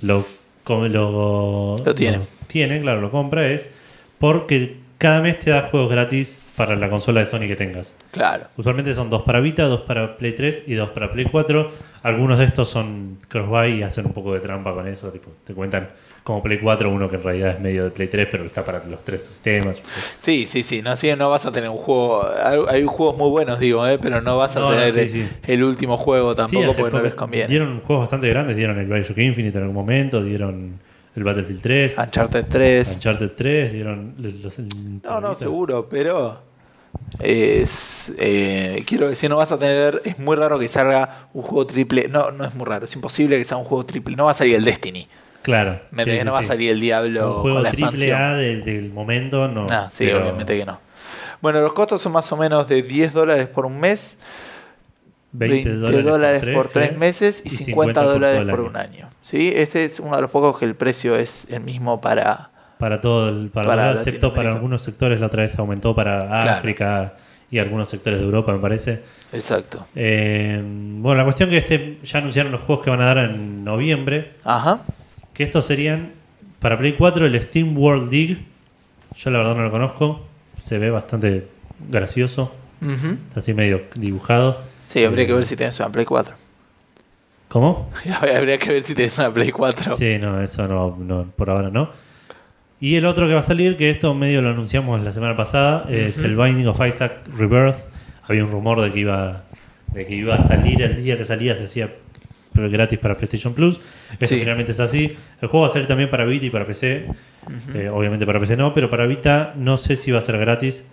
lo, co- lo,
Lo tiene.
tiene, claro, lo compra, es porque cada mes te da juegos gratis para la consola de Sony que tengas.
claro.
Usualmente son dos para Vita, dos para Play 3 y dos para Play 4. Algunos de estos son cross-buy y hacen un poco de trampa con eso. Tipo, te cuentan como Play 4 uno que en realidad es medio de Play 3, pero está para los tres sistemas.
Sí, sí, sí. No, sí, no vas a tener un juego. Hay, hay juegos muy buenos, digo, eh, pero no vas a
No, no,
tener
sí,
el,
sí.
el último juego tampoco
hace
porque no
poco
les conviene.
Dieron juegos bastante grandes, dieron el Bioshock Infinite en algún momento, dieron el Battlefield 3,
Uncharted 3.
Uncharted 3, dieron los... el-
Ah, No, no,
el-
seguro, pero. Es, eh, quiero decir, no vas a tener. Es muy raro que salga un juego triple. No, no es muy raro, es imposible que sea un juego triple. No va a salir el Destiny.
Claro.
Me
sí,
entendés?
sí,
no va
sí.
a salir el Diablo.
Un juego
con la
triple
expansión.
A del, del momento, no.
Ah, sí,
pero-
obviamente que no. Bueno, los costos son más o menos de 10 dólares por un mes, 20, dólares, por 3
creo,
meses y 50, dólares por,
todo el
un año. ¿Sí? Este es uno de los pocos que el precio es el mismo para.
Para todo el para todo,
Para
excepto para
Latinoamérica.
algunos sectores, la otra vez aumentó para África y algunos sectores de Europa, me parece.
Exacto.
Eh, bueno, la cuestión que este ya anunciaron los juegos que van a dar en noviembre.
Ajá.
Que estos serían para Play 4 el Steam World League. Yo la verdad no lo conozco. Se ve bastante gracioso.
Ujú.
Está así medio dibujado.
Sí, habría que ver si tienes una Play 4.
¿Cómo?
Habría que ver si tenés una Play 4.
Sí, no, eso no, no, por ahora no. Y el otro que va a salir, que esto medio lo anunciamos la semana pasada, es el Binding of Isaac Rebirth. Había un rumor de que iba de que iba a salir el día que salía, se hacía gratis para PlayStation Plus. Esto
Sí.
finalmente es así. El juego va a salir también para Vita y para PC. Eh, obviamente para PC no, pero para Vita no sé si va a ser gratis.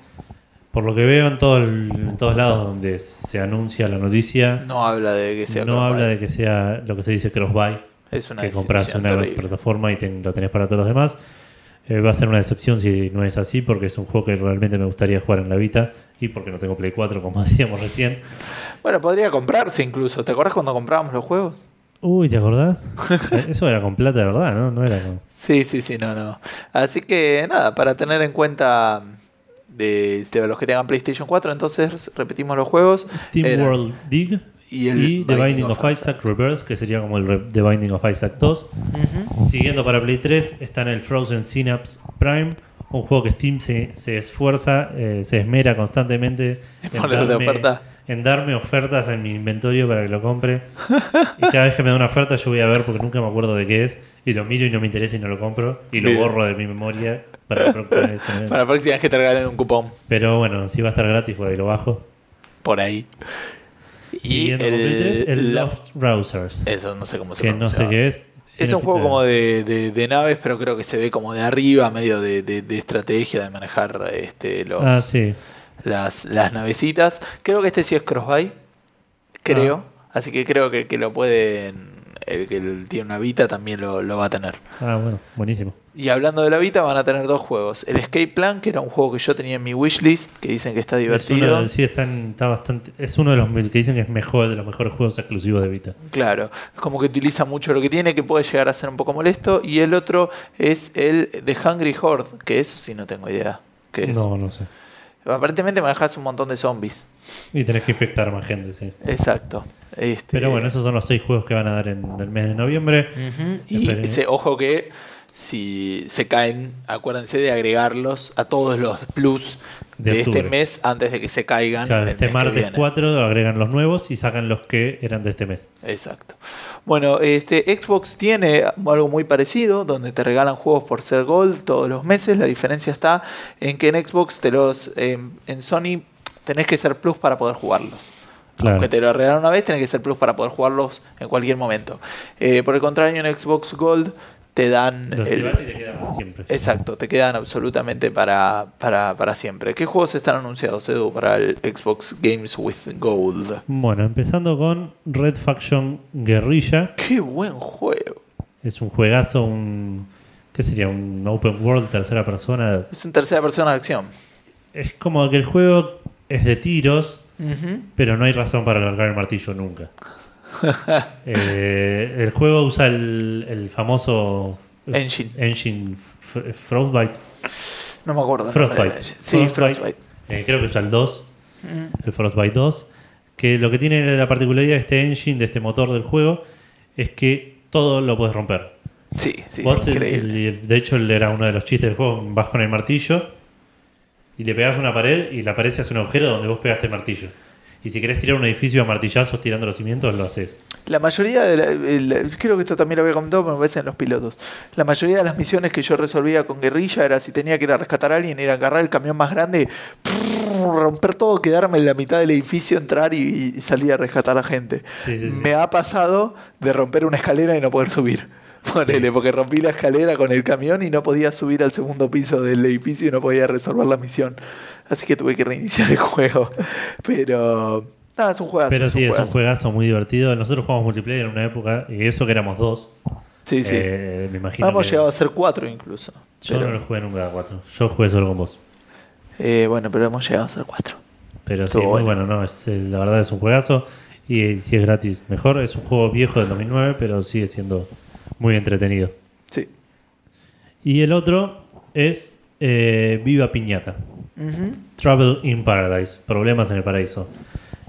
Por lo que veo en, todo el- en todos lados donde se anuncia la noticia,
No habla de que sea
no
cross-buy.
habla de que sea lo que se dice cross-buy
Es una
que compras
desilusión
una
terrible.
plataforma y ten- lo tenés para todos los demás. Eh, va a ser una decepción si no es así, porque es un juego que realmente me gustaría jugar en la Vita y porque no tengo Play 4, como decíamos recién.
Bueno, podría comprarse incluso. ¿Te acordás cuando comprábamos los juegos?
Uy, ¿te acordás? Eh, Eso era con plata, de ¿verdad? No, no era con.
Sí, sí, sí, no, no. Así que nada, para tener en cuenta de, de los que tengan PlayStation 4, entonces repetimos los juegos.
Steam
Era-
World Dig
y
y,
el
The Binding, of, Isaac, Rebirth, que sería como el re- The Binding of Isaac 2.
Ujú.
Siguiendo para Play 3 están el Frozen Synapse Prime, un juego que Steam se, se esfuerza, eh, se esmera constantemente
En ponerle oferta.
en darme ofertas en mi inventario para que lo compre. y cada vez que me da una oferta yo voy a ver porque nunca me acuerdo de qué es. Y lo miro y no me interesa y no lo compro. Y lo
Bien.
borro de mi memoria para la próxima vez.
Para la próxima vez que te regalen un cupón
Pero bueno, si va a estar gratis, por ahí lo bajo.
por ahí. Y el,
Siguiendo con Play 3, el
la-
Loft Browsers.
Eso no sé cómo se
que no sé
pronunciaba.
qué es.
Es un juego como de, de- de naves, pero creo que se ve como de arriba, medio de, de- de estrategia, de manejar este, los,
Ah, sí.
las, las navecitas. Creo que este sí es crossbuy, creo.
Ah.
Así que creo que el que lo pueden, el que tiene una Vita también lo, lo va a tener.
Ah, bueno, buenísimo.
Y hablando de la Vita, van a tener dos juegos. El Escape Plan, que era un juego que yo tenía en mi wishlist, que dicen que está
Es uno,
divertido.
de- sí, está, en- está bastante. Es uno de los que dicen que es mejor de los mejores juegos exclusivos de Vita.
Claro, como que utiliza mucho lo que tiene, que puede llegar a ser un poco molesto. Y el otro es el The Hungry Horde, que eso sí no tengo idea. ¿Qué es?
No, no sé.
Aparentemente manejas un montón de zombies.
Y tenés que infectar más gente, sí.
Exacto. Este,
Pero bueno, esos son los seis juegos que van a dar en el mes de noviembre.
Ujú, Y
Espere.
ese, ojo que si se caen, acuérdense de agregarlos a todos los plus
De
de, este
octubre.
mes antes de que se caigan.
Claro,
el
este
mes que
martes
viene.
4 agregan los nuevos y sacan los que eran de este mes.
Exacto. Bueno, este Xbox tiene algo muy parecido, donde te regalan juegos por ser Gold todos los meses. La diferencia está en que en Xbox te los em, en Sony tenés que ser Plus para poder jugarlos.
Claro.
Aunque te lo regalaron una vez, tenés que ser Plus para poder jugarlos en cualquier momento. Eh, por el contrario, en Xbox Gold te dan
Los
el-
llevas y te quedan para siempre.
Exacto, te quedan absolutamente para, para, para siempre. ¿Qué juegos están anunciados, Edu, para el Xbox Games with Gold?
Bueno, empezando con Red Faction Guerrilla.
¡Qué buen juego!
Es un juegazo, un. ¿Qué sería? Un open world, tercera persona.
Es un tercera persona de acción.
Es como que el juego es de tiros, pero no hay razón para alargar el martillo nunca. Eh, el juego usa el, el famoso
Engine.
engine F- Frostbite.
No me acuerdo. el nombre
Frostbite.
de la- Sí, Frostbite.
Eh, creo que usa el 2, el Frostbite 2. Que lo que tiene la particularidad de este engine, de este motor del juego, es que todo lo puedes romper.
Sí, sí,
Vos,
es
el-
increíble.
el- de hecho, el- era uno de los chistes del juego. Vas con el martillo y le pegas una pared y la pared se hace un agujero donde vos pegaste el martillo. Y si querés tirar un edificio a martillazos tirando los cimientos, lo haces.
La mayoría de la- el- creo que esto también lo había comentado, pero me parece en los pilotos. La mayoría de las misiones que yo resolvía con guerrilla era si tenía que ir a rescatar a alguien, ir a agarrar el camión más grande, prrr, romper todo, quedarme en la mitad del edificio, entrar y, y salir a rescatar a gente.
Sí, sí, sí.
Me ha pasado de romper una escalera y no poder subir. Ponele, porque rompí la escalera con el camión y no podía subir al segundo piso del edificio y no podía resolver la misión. Así que tuve que reiniciar el juego. Pero. Nada, es un juegazo.
Pero
es un
sí, es un
juegazo.
juegazo muy divertido. Nosotros jugamos multiplayer en una época y eso que éramos dos.
Sí, sí.
Eh, me imagino.
Hemos
que-
llegado a ser cuatro incluso.
yo
Pero,
no lo jugué nunca a cuatro. Yo jugué solo con vos.
eh, bueno, pero hemos llegado a ser cuatro.
Pero sí,
Estuvo
muy
bueno.
bueno, no, es, es- la verdad es un juegazo. Y eh, si es gratis, mejor. Es un juego viejo del 2009, pero sigue siendo muy entretenido.
Sí.
Y el otro es eh, Viva Piñata. Trouble in Paradise. Problemas en el paraíso.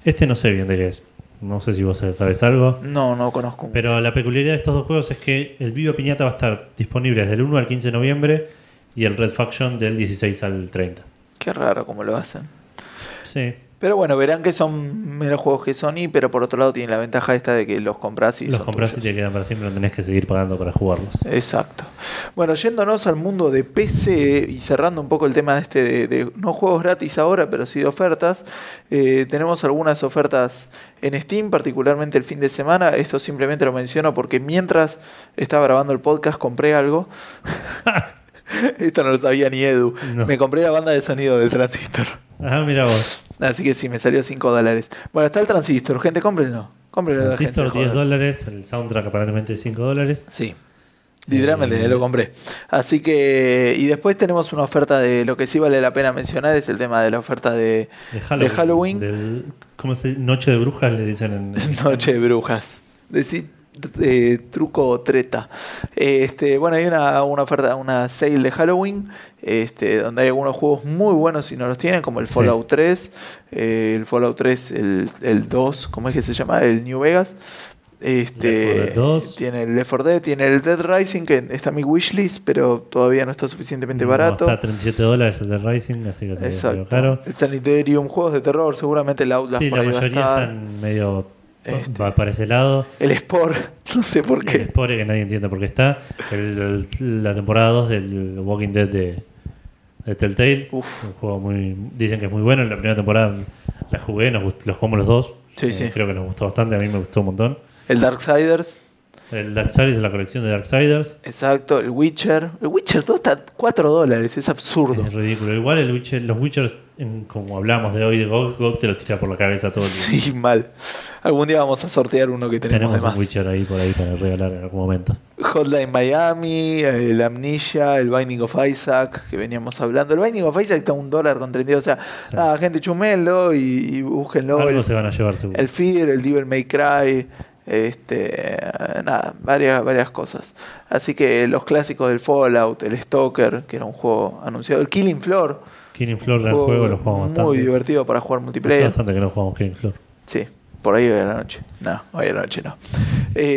Este no sé bien de qué es. No sé si vos sabés algo.
No, no conozco.
Pero la peculiaridad de estos dos juegos es que el Viva Piñata va a estar disponible desde el 1 al 15 de noviembre y el Red Faction del 16 al 30.
Qué raro como lo hacen.
Sí.
Pero bueno, verán que son menos juegos que Sony, pero por otro lado tienen la ventaja esta de que los compras y
los
son
compras y
tuyos.
te quedan para siempre, no tenés que seguir pagando para jugarlos.
Exacto. Bueno, yéndonos al mundo de PC y cerrando un poco el tema de este de, de no juegos gratis ahora, pero sí de ofertas, eh, tenemos algunas ofertas en Steam, particularmente el fin de semana. Esto simplemente lo menciono porque mientras estaba grabando el podcast compré algo. Esto no lo sabía ni Edu.
No.
Me compré la banda de sonido del transistor.
Ah, mira vos.
Así que sí, me salió 5 dólares. Bueno, está el transistor, gente, cómprenlo. Cómprenlo de agencia,
Transistor 10
joder.
dólares, el soundtrack aparentemente 5 dólares.
Sí. Literalmente
Eh,
lo compré. Así que. Y después tenemos una oferta de. Lo que sí vale la pena mencionar es el tema de la oferta de,
De Halloween.
de Halloween,
del- ¿Cómo se dice? Noche de brujas le dicen en...
Noche de Brujas. Decir eh, truco o treta. Este, bueno, hay una, una oferta, una sale de Halloween, este, donde hay algunos juegos muy buenos si no los tienen, como el
Sí.
Fallout 3, eh, el Fallout 3, el, el 2, ¿cómo es que se llama? El New Vegas.
Left 4
Este,
Dead 2.
Tiene el Left 4 Dead, tiene el Dead Rising, que está en mi wishlist, pero todavía no está suficientemente barato.
Está a 37 dólares el de Rising, así que se quedó
Exacto.
caro.
El Sanitarium, juegos de terror, seguramente el Outlast
Sí,
por
la
ahí va a
mayoría
estar.
están medio
Este.
va para ese lado.
El Sport, no sé por
El
qué.
Spore, que nadie entiende por qué está. El- el- la temporada 2 del Walking Dead de, de Telltale.
Uf.
Un juego muy. Dicen que es muy bueno. En la primera temporada la jugué, nos gust- lo jugamos los dos. Eh,
Sí, sí.
Creo que nos gustó bastante. A mí me gustó un montón.
El Darksiders,
El Darksiders de la colección de Darksiders.
exacto. El Witcher. El Witcher 2 está a 4 dólares, es absurdo.
Es ridículo. Igual el Witcher- los Witchers, en- como hablamos de hoy de GOG, GOG te los tira por la cabeza todo el día.
Sí, mal. Algún día vamos a sortear uno que tenemos,
Tenemos
de más.
un Witcher ahí por ahí para regalar en algún momento.
Hotline Miami, el Amnesia, el Binding of Isaac, que veníamos hablando. El Binding of Isaac está a un dólar con 32. O sea,
Sí.
nada, gente, chumenlo y, y búsquenlo.
Algo
El,
se van a llevar seguro.
el Fear, el Devil May Cry, este, nada, varias, varias cosas. Así que los clásicos del Fallout, el Stalker, que era un juego anunciado, el Killing Floor,
Killing Floor, gran juego, lo jugamos
muy
bastante.
divertido para jugar
Hace
multiplayer.
bastante que no jugamos Killing Floor.
Sí, por ahí hoy a la noche. No, hoy a la noche no.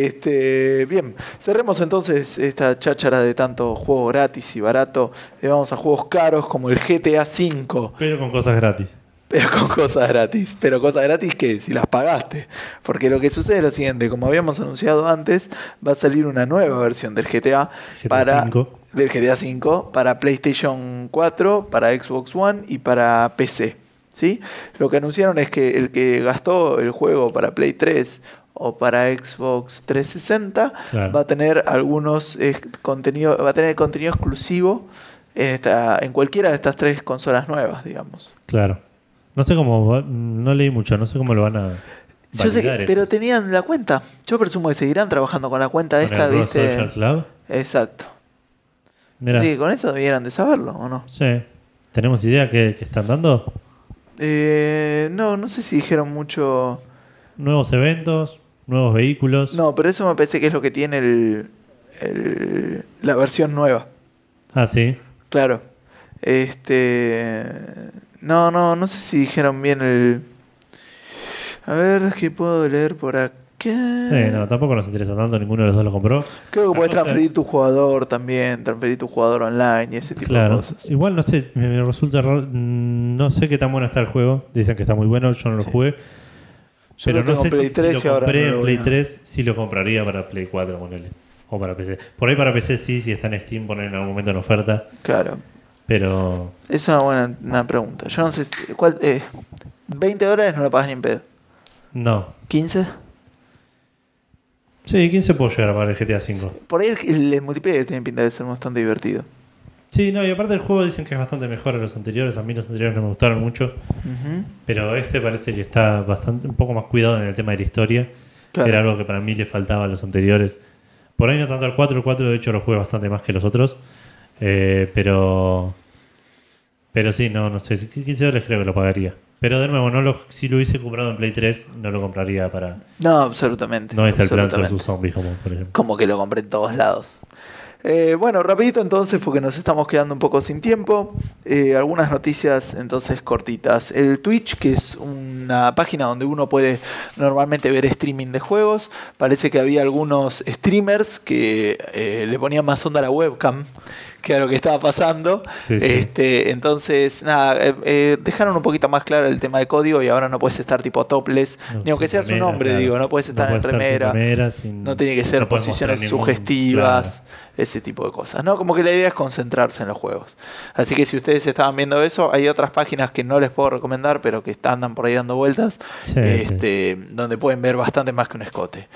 Este, bien, cerremos entonces esta cháchara de tanto juego gratis y barato. Eh, vamos a juegos caros como el GTA V,
Pero con cosas gratis.
pero con cosas gratis. Pero cosas gratis que si las pagaste. Porque lo que sucede es lo siguiente, como habíamos anunciado antes, va a salir una nueva versión del GTA,
GTA
para
V.
del GTA V para PlayStation 4, para Xbox One y para PC. ¿sí? Lo que anunciaron es que el que gastó el juego para Play 3 o para Xbox 360
Claro.
va a tener algunos eh, contenido, va a tener contenido exclusivo en esta, en cualquiera de estas tres consolas nuevas, digamos.
Claro. No sé cómo. va- No leí mucho, no sé cómo lo van a.
Yo sé que-
validar
pero
esto.
tenían la cuenta. Yo presumo que seguirán trabajando con la cuenta
Con
esta,
el Raw
¿viste?
Social Club.
Exacto.
Mira.
Sí,
Sí.
con eso debieran de saberlo, ¿o no?
¿Tenemos idea que, están dando?
Eh, no, no sé si dijeron mucho.
Nuevos eventos, nuevos vehículos.
No, pero eso me parece que es lo que tiene el, el- la versión nueva.
Ah, sí.
Claro. Este. No, no, no sé si dijeron bien el. A ver, ¿qué puedo leer por acá?
Sí, no, tampoco nos interesa tanto, ninguno de los dos lo compró.
Creo que
La
puedes
cosa-
transferir tu jugador también, transferir tu jugador online y ese tipo de
Claro.
cosas.
Igual no sé, me, me resulta raro, mm, no sé qué tan bueno está el juego. Dicen que está muy bueno, yo no lo jugué.
Yo
Pero
lo tengo
no sé
Play
si,
3 y
si lo
ahora
compré
no lo
en
voy
Play
a-
3, si lo compraría para Play 4, ponele. O para PC. Por ahí para PC sí, si está en Steam, ponen en algún momento en oferta.
Claro.
Pero
Es una buena una pregunta. Yo no sé. si- ¿cuál, eh, 20 dólares no lo pagas ni en pedo.
no.
¿15?
Sí, 15 puedo llegar a pagar el GTA V.
Por ahí el, el- el multiplayer tiene pinta de ser bastante divertido.
Sí, no, y aparte el juego dicen que es bastante mejor a los anteriores. A mí los anteriores no me gustaron mucho. Pero este parece que está bastante un poco más cuidado en el tema de la historia.
Claro.
que Era algo que para mí le faltaba a los anteriores. Por ahí no tanto al 4, el 4 de hecho lo jugué bastante más que los otros. Eh, pero. Pero sí, no, no sé. si- 15 dólares creo que lo pagaría. Pero de nuevo, no lo, si lo hubiese comprado en Play 3, no lo compraría para.
No, absolutamente.
No es el Plants
absolutamente.
vs Zombies, como por ejemplo.
Como que lo compré en todos lados. Eh, bueno, rapidito entonces, porque nos estamos quedando un poco sin tiempo. Eh, algunas noticias entonces cortitas. El Twitch, que es una página donde uno puede normalmente ver streaming de juegos. Parece que había algunos streamers que eh, le ponían más onda a la webcam que a lo que estaba pasando.
Sí, sí.
Este, entonces, nada, eh, eh, dejaron un poquito más claro el tema de código y ahora no puedes estar tipo topless, ni aunque
sin
seas
remera,
un hombre,
claro.
digo, no puedes estar en
puede sin
remera.
sin-
No tiene que ser
no puedes mostrar
posiciones
ningún-
sugestivas,
claro.
ese tipo de cosas. No, como que la idea es concentrarse en los juegos. Así que si ustedes estaban viendo eso, hay otras páginas que no les puedo recomendar, pero que está- andan por ahí dando vueltas,
Sí, sí.
este, donde pueden ver bastante más que un escote.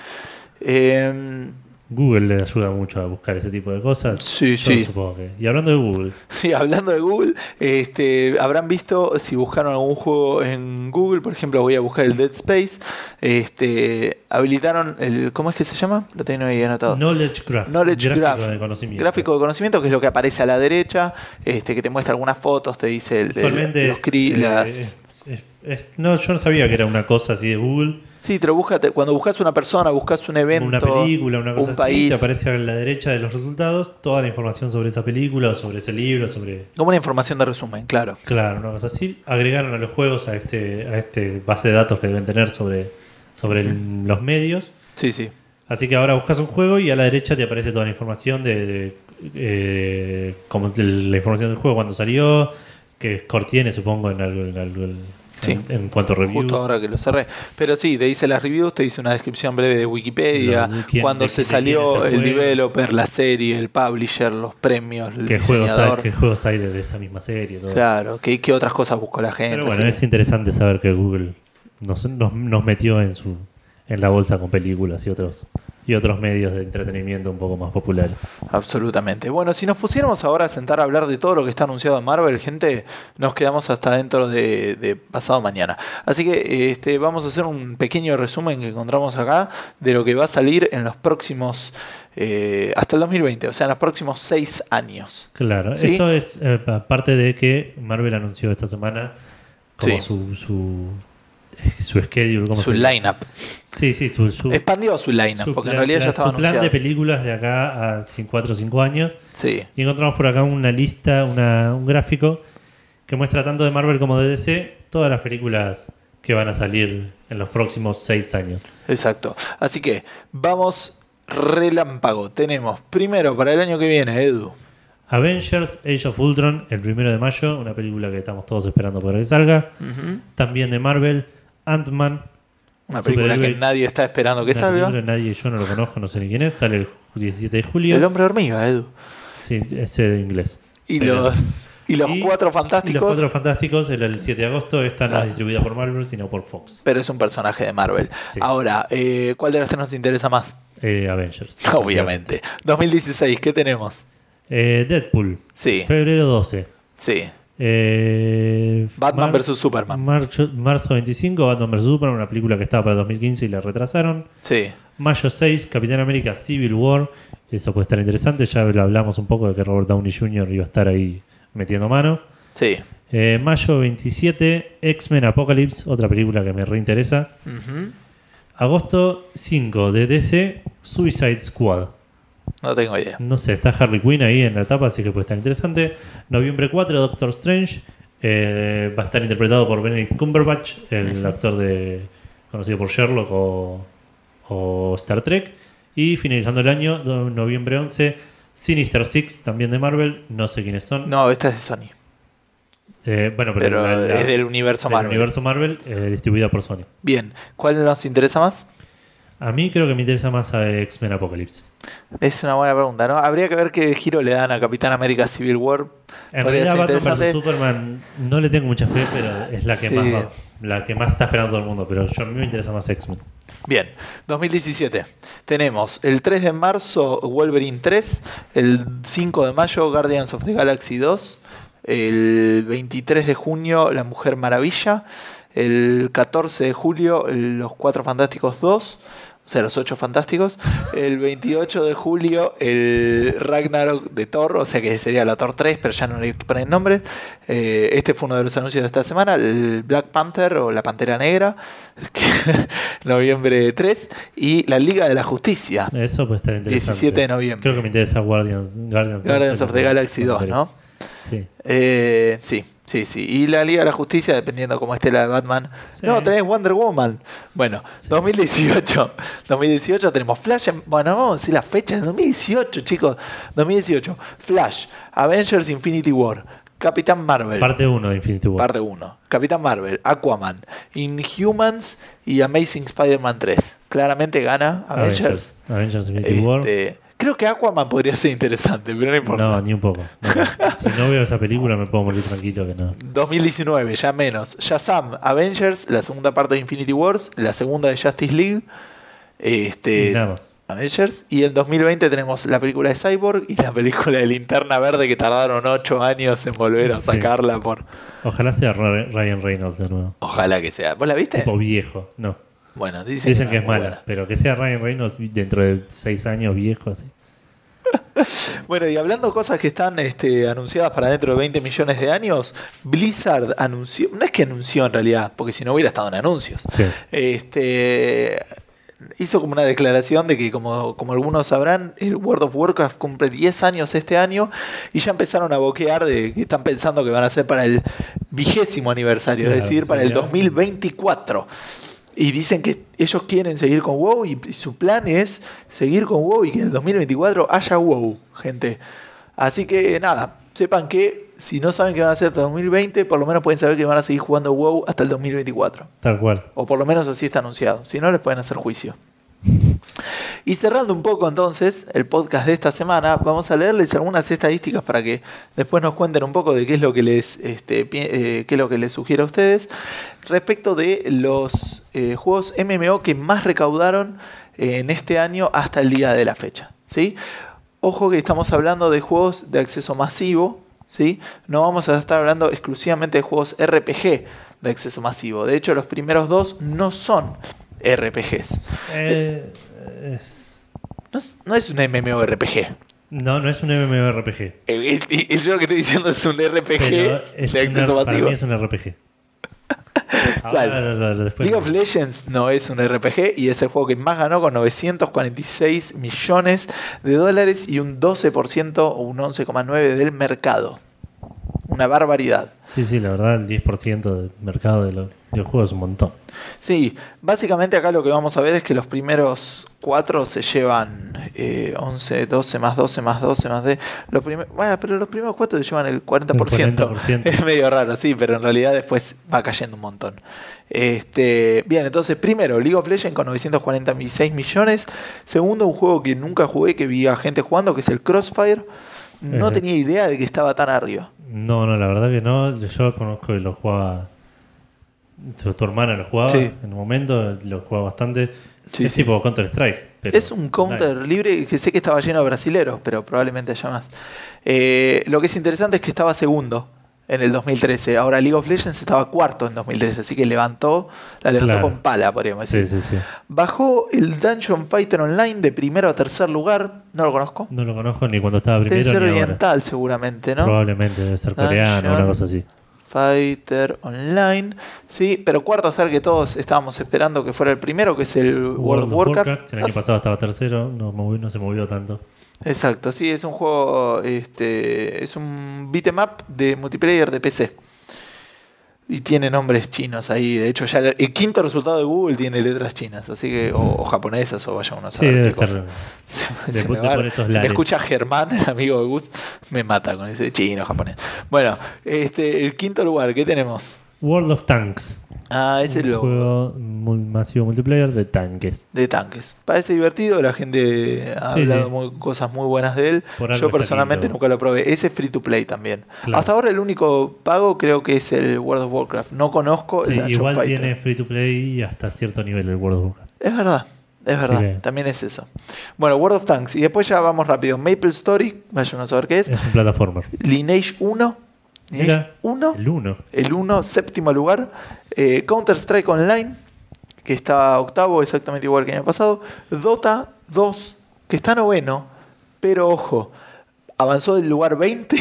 Eh,
Google le ayuda mucho a buscar ese tipo de cosas.
Sí,
Yo
sí.
supongo que- Y hablando de Google,
Sí, hablando de Google, este, habrán visto si buscaron algún juego en Google, por ejemplo, voy a buscar el Dead Space, este, habilitaron el, ¿cómo es que se llama? Lo tengo ahí anotado.
Knowledge Graph.
Knowledge
gráfico
Graph.
de conocimiento.
Gráfico de conocimiento, que es lo que aparece a la derecha, este, que te muestra algunas fotos, te dice el, el-
Usualmente
los
es,
cri-
eh,
las-
es- es- es- no, yo no sabía que era una cosa así de Google.
Sí, te lo busca, te- cuando buscas una persona, buscas un evento,
una película, una cosa
un
así,
país,
te aparece a la derecha de los resultados toda la información sobre esa película, o sobre ese libro, sobre...
como una información de resumen, claro.
Claro, una cosa así. Agregaron a los juegos a este, a este base de datos que deben tener sobre, sobre el- los medios.
Sí, sí.
Así que ahora buscas un juego y a la derecha te aparece toda la información de, de, eh, como de la información del juego cuando salió, que score tiene, supongo, en algo, en, algo- en-
Sí.
en cuanto a reviews.
Justo ahora que lo cerré. Pero sí, te dice las reviews, te dice una descripción breve de Wikipedia,
Lo- de quién-
cuando
de
se
quién- de quién es
salió
el
el
juego.
developer, la serie, el publisher, los premios, el
¿Qué juegos, hay,
diseñador.
qué juegos hay de de esa misma serie? todo.
Claro, ¿qué, qué otras cosas buscó la gente?
Pero bueno,
así
es interesante saber que Google nos, nos- nos metió en su en la bolsa con películas y otros y otros medios de entretenimiento un poco más populares.
que- Absolutamente. Bueno, si nos pusiéramos ahora a sentar a hablar de todo lo que está anunciado en Marvel, gente, nos quedamos hasta dentro de, de pasado mañana. Así que este, vamos a hacer un pequeño resumen que encontramos acá de lo que va a salir en los próximos, eh, hasta el 2020, o sea, en los próximos seis años.
Claro,
Sí.
esto es eh, pa- parte de que Marvel anunció esta semana como
Sí.
su, su su schedule, ¿cómo
su
se-
lineup.
Sí, sí, su, su-
Expandió su lineup,
su
porque en
plan-
realidad ya
su
estaba
plan de
anunciado.
películas de acá a 4 o 5 años.
Sí,
Y encontramos por acá una lista, una- un gráfico que muestra tanto de Marvel como de DC todas las películas que van a salir en los próximos seis años.
exacto. Así que vamos relámpago. Tenemos primero para el año que viene, Edu.
Avengers Age of Ultron, el primero de mayo, una película que estamos todos esperando para que salga. También de Marvel, Ant-Man.
Una película que
Superhéroe.
nadie está esperando que
una
salga.
película que Nadie, yo no lo conozco, no sé ni quién es. Sale el ju- 17 de
El
julio.
hombre hormiga, Edu.
Sí, ese de inglés.
Y
Pero-
los, y los
Y-
cuatro
Y
fantásticos.
los cuatro fantásticos, el, el 7 de agosto, esta no
Ah.
es distribuida por Marvel, sino por Fox.
Pero es un personaje de Marvel.
Sí.
Ahora, eh, ¿cuál de las tres nos interesa más?
Eh, Avengers.
Obviamente. 2016, ¿qué tenemos?
Eh, Deadpool.
Sí,
Febrero 12.
sí.
Eh,
Batman
mar-
versus Superman.
marcho- marzo 25, Batman vs. Superman, una película que estaba para 2015 y la retrasaron.
Sí.
Mayo 6, Capitán América Civil War. Eso puede estar interesante. Ya lo hablamos un poco de que Robert Downey Jr. iba a estar ahí metiendo mano.
Sí.
Eh, mayo 27, X-Men Apocalypse, otra película que me reinteresa.
Ujú.
Agosto 5, de DC, Suicide Squad.
No tengo idea.
No sé, está Harley Quinn ahí en la etapa, así que puede estar interesante. Noviembre 4, Doctor Strange. eh, va a estar interpretado por Benedict Cumberbatch, el actor de conocido por Sherlock o, o Star Trek. Y finalizando el año, do- noviembre 11, Sinister Six, también de Marvel. No sé quiénes son.
No, esta es de Sony.
Eh, bueno, pero,
Pero
la- la-
es del universo
del
Marvel.
universo Marvel, eh, distribuida por Sony.
Bien, ¿cuál nos interesa más?
A mí creo que me interesa más a X-Men Apocalypse.
Es una buena pregunta, ¿no? Habría que ver qué giro le dan a Capitán América Civil War.
En
Podría
realidad
ser
Batman
interesante.
vs Superman no le tengo mucha fe, pero es la que
Sí.
más va- la que más está esperando todo el mundo, pero yo a mí me interesa más X-Men.
Bien, 2017. Tenemos el 3 de marzo Wolverine 3, el 5 de mayo Guardians of the Galaxy 2, el 23 de junio La Mujer Maravilla, el 14 de julio Los Cuatro Fantásticos 2, o sea, Los Ocho Fantásticos, el 28 de julio el Ragnarok de Thor, o sea que sería la Thor 3, pero ya no le ponen nombre. Eh, este fue uno de los anuncios de esta semana, el Black Panther o la Pantera Negra, que- noviembre 3, y la Liga de la Justicia.
Eso puede estar interesante.
17 de noviembre.
Creo que me interesa Guardians, Guardians,
Guardians of the Galaxy 2, ¿no?
Sí.
Eh, sí, sí, sí. Y la Liga de la Justicia, dependiendo cómo esté la de Batman.
Sí.
No, tenés Wonder Woman. Bueno, 2018. 2018 tenemos Flash. en- Bueno, vamos a decir las fechas. 2018, chicos. 2018. Flash, Avengers Infinity War, Capitán Marvel.
Parte 1 de Infinity War.
Parte 1. Capitán Marvel, Aquaman, Inhumans y Amazing Spider-Man 3. Claramente gana Avengers.
Avengers Infinity War.
Este, creo que Aquaman podría ser interesante, pero no importa.
No, ni un poco. No, no. si no veo esa película me puedo morir tranquilo que no.
2019, ya menos. Shazam, Avengers, la segunda parte de Infinity Wars, la segunda de Justice League. Este,
Y nada más.
Avengers. Y en 2020 tenemos la película de Cyborg y la película de Linterna Verde que tardaron 8 años en volver a
Sí.
sacarla por...
Ojalá sea Ra- Ryan Reynolds de nuevo.
Ojalá que sea. ¿Vos la viste?
Tipo viejo, no.
Bueno, dicen,
Dicen que es
muy
mala, pero que sea Ryan Reynolds dentro de 6 años viejo así.
buena. Bueno, y hablando cosas que están este, anunciadas para dentro de 20 millones de años, Blizzard anunció... No es que anunció en realidad, porque si no hubiera estado en anuncios.
Sí.
Este, hizo como una declaración de que, como, como algunos sabrán, el World of Warcraft cumple 10 años este año y ya empezaron a boquear de que están pensando que van a ser para el vigésimo aniversario,
Claro,
es decir, para el
sería-
2024. Y dicen que ellos quieren seguir con WoW y, y su plan es seguir con WoW y que en el 2024 haya WoW, gente. Así que nada, sepan que si no saben qué van a hacer hasta 2020, por lo menos pueden saber que van a seguir jugando WoW hasta el 2024.
Tal cual.
O por lo menos así está anunciado. Si no, les pueden hacer juicio. Y cerrando un poco entonces el podcast de esta semana, vamos a leerles algunas estadísticas para que después nos cuenten un poco de qué es lo que les, este, pi- eh, qué es lo que les sugiero a ustedes respecto de los eh, juegos MMO que más recaudaron en este año hasta el día de la fecha. ¿sí? Ojo que estamos hablando de juegos de acceso masivo, ¿sí? No vamos a estar hablando exclusivamente de juegos RPG de acceso masivo. De hecho, los primeros dos no son RPGs.
Eh, es-
No es, no es un MMORPG.
no, no es un MMORPG.
El- el- el- yo lo que estoy diciendo es un
Pero
RPG
es un
de
R-
acceso
para
masivo.
mí es un RPG.
¿Cuál?
Ahora, lo- lo- después-
League of Legends no es un RPG y es el juego que más ganó con 946 millones de dólares y un 12% o un 11,9% del mercado. Una barbaridad.
Sí, sí, la verdad, el 10% del mercado de los videojuegos es un montón.
Sí, básicamente acá lo que vamos a ver es que los primeros cuatro se llevan eh, 11, 12, más 12, más 12, más de... Los primer- bueno, pero los primeros cuatro se llevan el 40%.
El 40%.
Es medio raro, sí, pero en realidad después va cayendo un montón. Este, bien, entonces primero League of Legends con 946 millones. Segundo, un juego que nunca jugué, que vi a gente jugando, que es el Crossfire. No
Ese.
tenía idea de que estaba tan arriba.
No, no, la verdad que no. Yo conozco y lo jugaba. Tu, tu hermana lo jugaba
Sí.
en un momento, lo jugaba bastante.
Sí,
es
sí.
tipo Counter-Strike.
Es un counter libre que sé que estaba lleno de brasileros, pero probablemente haya más. Eh, lo que es interesante es que estaba segundo en el 2013. Ahora League of Legends estaba cuarto en 2013, así que levantó, la levantó
Claro.
con pala, podríamos
Sí,
decir.
sí, sí.
Bajó el Dungeon Fighter Online de primero a tercer lugar. No lo conozco.
No lo conozco ni cuando estaba
Debe
primero
ser
ni ahora.
oriental, seguramente, ¿no? Ah,
Probablemente, debe ser coreano o una
Dungeon.
cosa así.
Fighter Online. Sí, pero cuarto a ser que todos estábamos esperando que fuera el primero, que es el World, of Warcraft.
El año
Hace-
pasado estaba tercero, no, movi- no se movió tanto.
Exacto, sí, es un juego, este, es un beat'em up de multiplayer de PC. Y tiene nombres chinos ahí, de hecho ya el, el quinto resultado de Google tiene letras chinas, así que o, o japonesas o vaya uno a
Sí,
saber
debe
qué cosa.
ser.
Se,
De
se me
punto
va-
por esos
si me
lares.
escucha Germán, el amigo de Gus, me mata con ese chino japonés. Bueno, este, el quinto lugar, ¿qué tenemos?
World of Tanks.
Ah, es
un
el
juego mul- masivo multiplayer de tanques.
de tanques. Parece divertido, la gente ha
Sí,
hablado
sí.
muy- cosas muy buenas de él.
Por algo
Yo
está
personalmente
lindo.
nunca lo probé. Ese es free to play también.
Claro.
Hasta ahora el único pago creo que es el World of Warcraft. No conozco
Sí,
Oh, el Dungeon
igual
Fighter.
tiene free to play hasta cierto nivel el World of Warcraft.
Es verdad, es verdad.
que-
También es eso. Bueno, World of Tanks. Y después ya vamos rápido. Maple Story, vayan a saber qué es.
Es un plataforma.
Lineage 1. Lineage
Mira,
1.
El 1.
El 1, séptimo lugar. Eh, Counter-Strike Online, que está octavo, exactamente igual que el año pasado. Dota 2, que está noveno, pero ojo, avanzó del lugar 20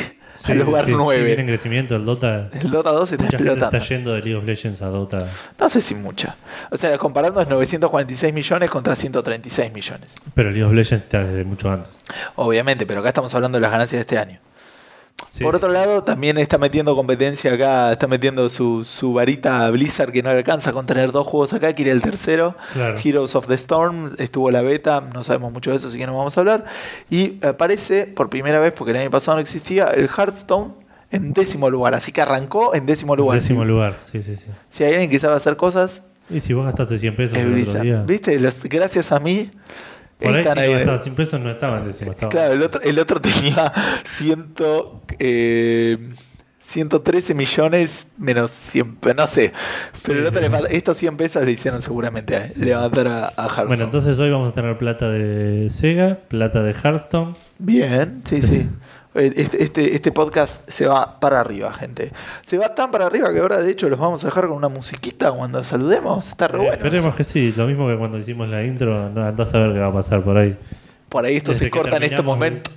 al lugar
Viene
9.
en crecimiento el Dota.
el Dota 2 está
Mucha gente
explotando.
está yendo de League of Legends a Dota.
No sé si mucha. O sea, comparando es 946 millones contra 136 millones.
Pero League of Legends está desde mucho antes.
Obviamente, pero acá estamos hablando de las ganancias de este año.
Sí,
Por
sí.
otro lado, también está metiendo competencia acá, está metiendo su, su varita a Blizzard que no le alcanza con tener dos juegos acá, quiere el tercero.
Claro.
Heroes of the Storm, estuvo la beta, no sabemos mucho de eso, así que no vamos a hablar. Y aparece, por primera vez, porque el año pasado no existía, el Hearthstone en décimo lugar, así que arrancó en décimo lugar.
Décimo lugar, sí, sí, sí.
Si hay alguien que sabe hacer cosas,
Y si vos gastaste 100 pesos
es
el otro
Blizzard.
día.
¿Viste? Los- gracias a mí.
Por ahí si
están ahí
no
en-
gastabas 100 pesos no estaban décimo. Estaban.
Claro, el otro, el otro tenía ciento, eh, 113 millones menos 100, pe- no sé. Pero el otro le falta- estos 100 pesos le hicieron seguramente eh, a, levantar a, a Hearthstone.
Bueno, entonces hoy vamos a tener plata de Sega, plata de Hearthstone.
Bien, sí, sí. El- Este, este, este podcast se va para arriba, gente. Se va tan para arriba que ahora, de hecho, los vamos a dejar con una musiquita cuando saludemos. Está re
Eh,
bueno.
esperemos que sí, lo mismo que cuando hicimos la intro, no, andás a ver qué va a pasar por ahí.
Por ahí esto
Desde
se
que
corta en este
terminamos,
momento.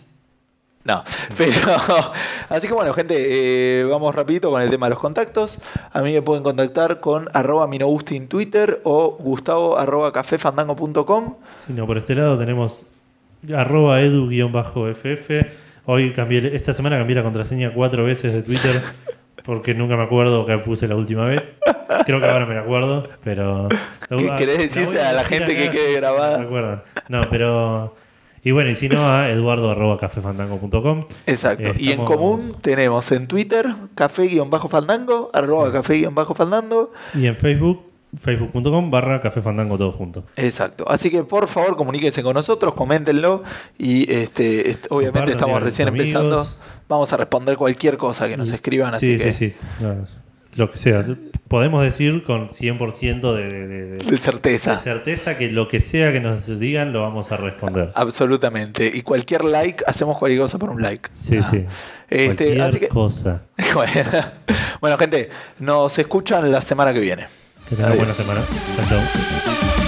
No, pero así que bueno, gente, eh, vamos rapidito con el tema de los contactos. A mí me pueden contactar con arroba minogusti en Twitter o gustavo arroba cafefandango.com.
Sino por este lado tenemos arroba edu-ff. Hoy cambié, esta semana cambié la contraseña cuatro veces de Twitter porque nunca me acuerdo que puse la última vez. Creo que ahora me la acuerdo, pero.
¿Qué
Ah,
querés
la
decirse
voy
a la
decir
gente que
acá,
quede
si se
grabada?
la recuerdan. No, pero. Y bueno, y si no, a eduardo.cafefandango.com.
Exacto.
Eh,
Y en
estamos-
común tenemos en Twitter, café-fandango, arroba café-fandango.
Y en Facebook, facebook.com barra cafefandango todo junto.
Exacto. Así que por favor comuníquense con nosotros, coméntenlo. Y este, est- obviamente
Compartan, digan a
estamos
sus
recién
amigos. Mm,
empezando. Vamos a responder cualquier cosa que nos escriban.
sí,
así que,
sí, sí. No, lo que sea. Podemos decir con 100% de, de- de- de-
De
de
certeza.
certeza que lo que sea que nos digan lo vamos a
Ah,
responder.
Absolutamente. Y cualquier like, hacemos cualquier cosa por un like.
Sí,
Ah.
sí.
Este,
Cualquier
así que,
cosa.
bueno, gente, nos escuchan la semana que viene.
Que tengan buena
Adiós.
semana. Chao, chao.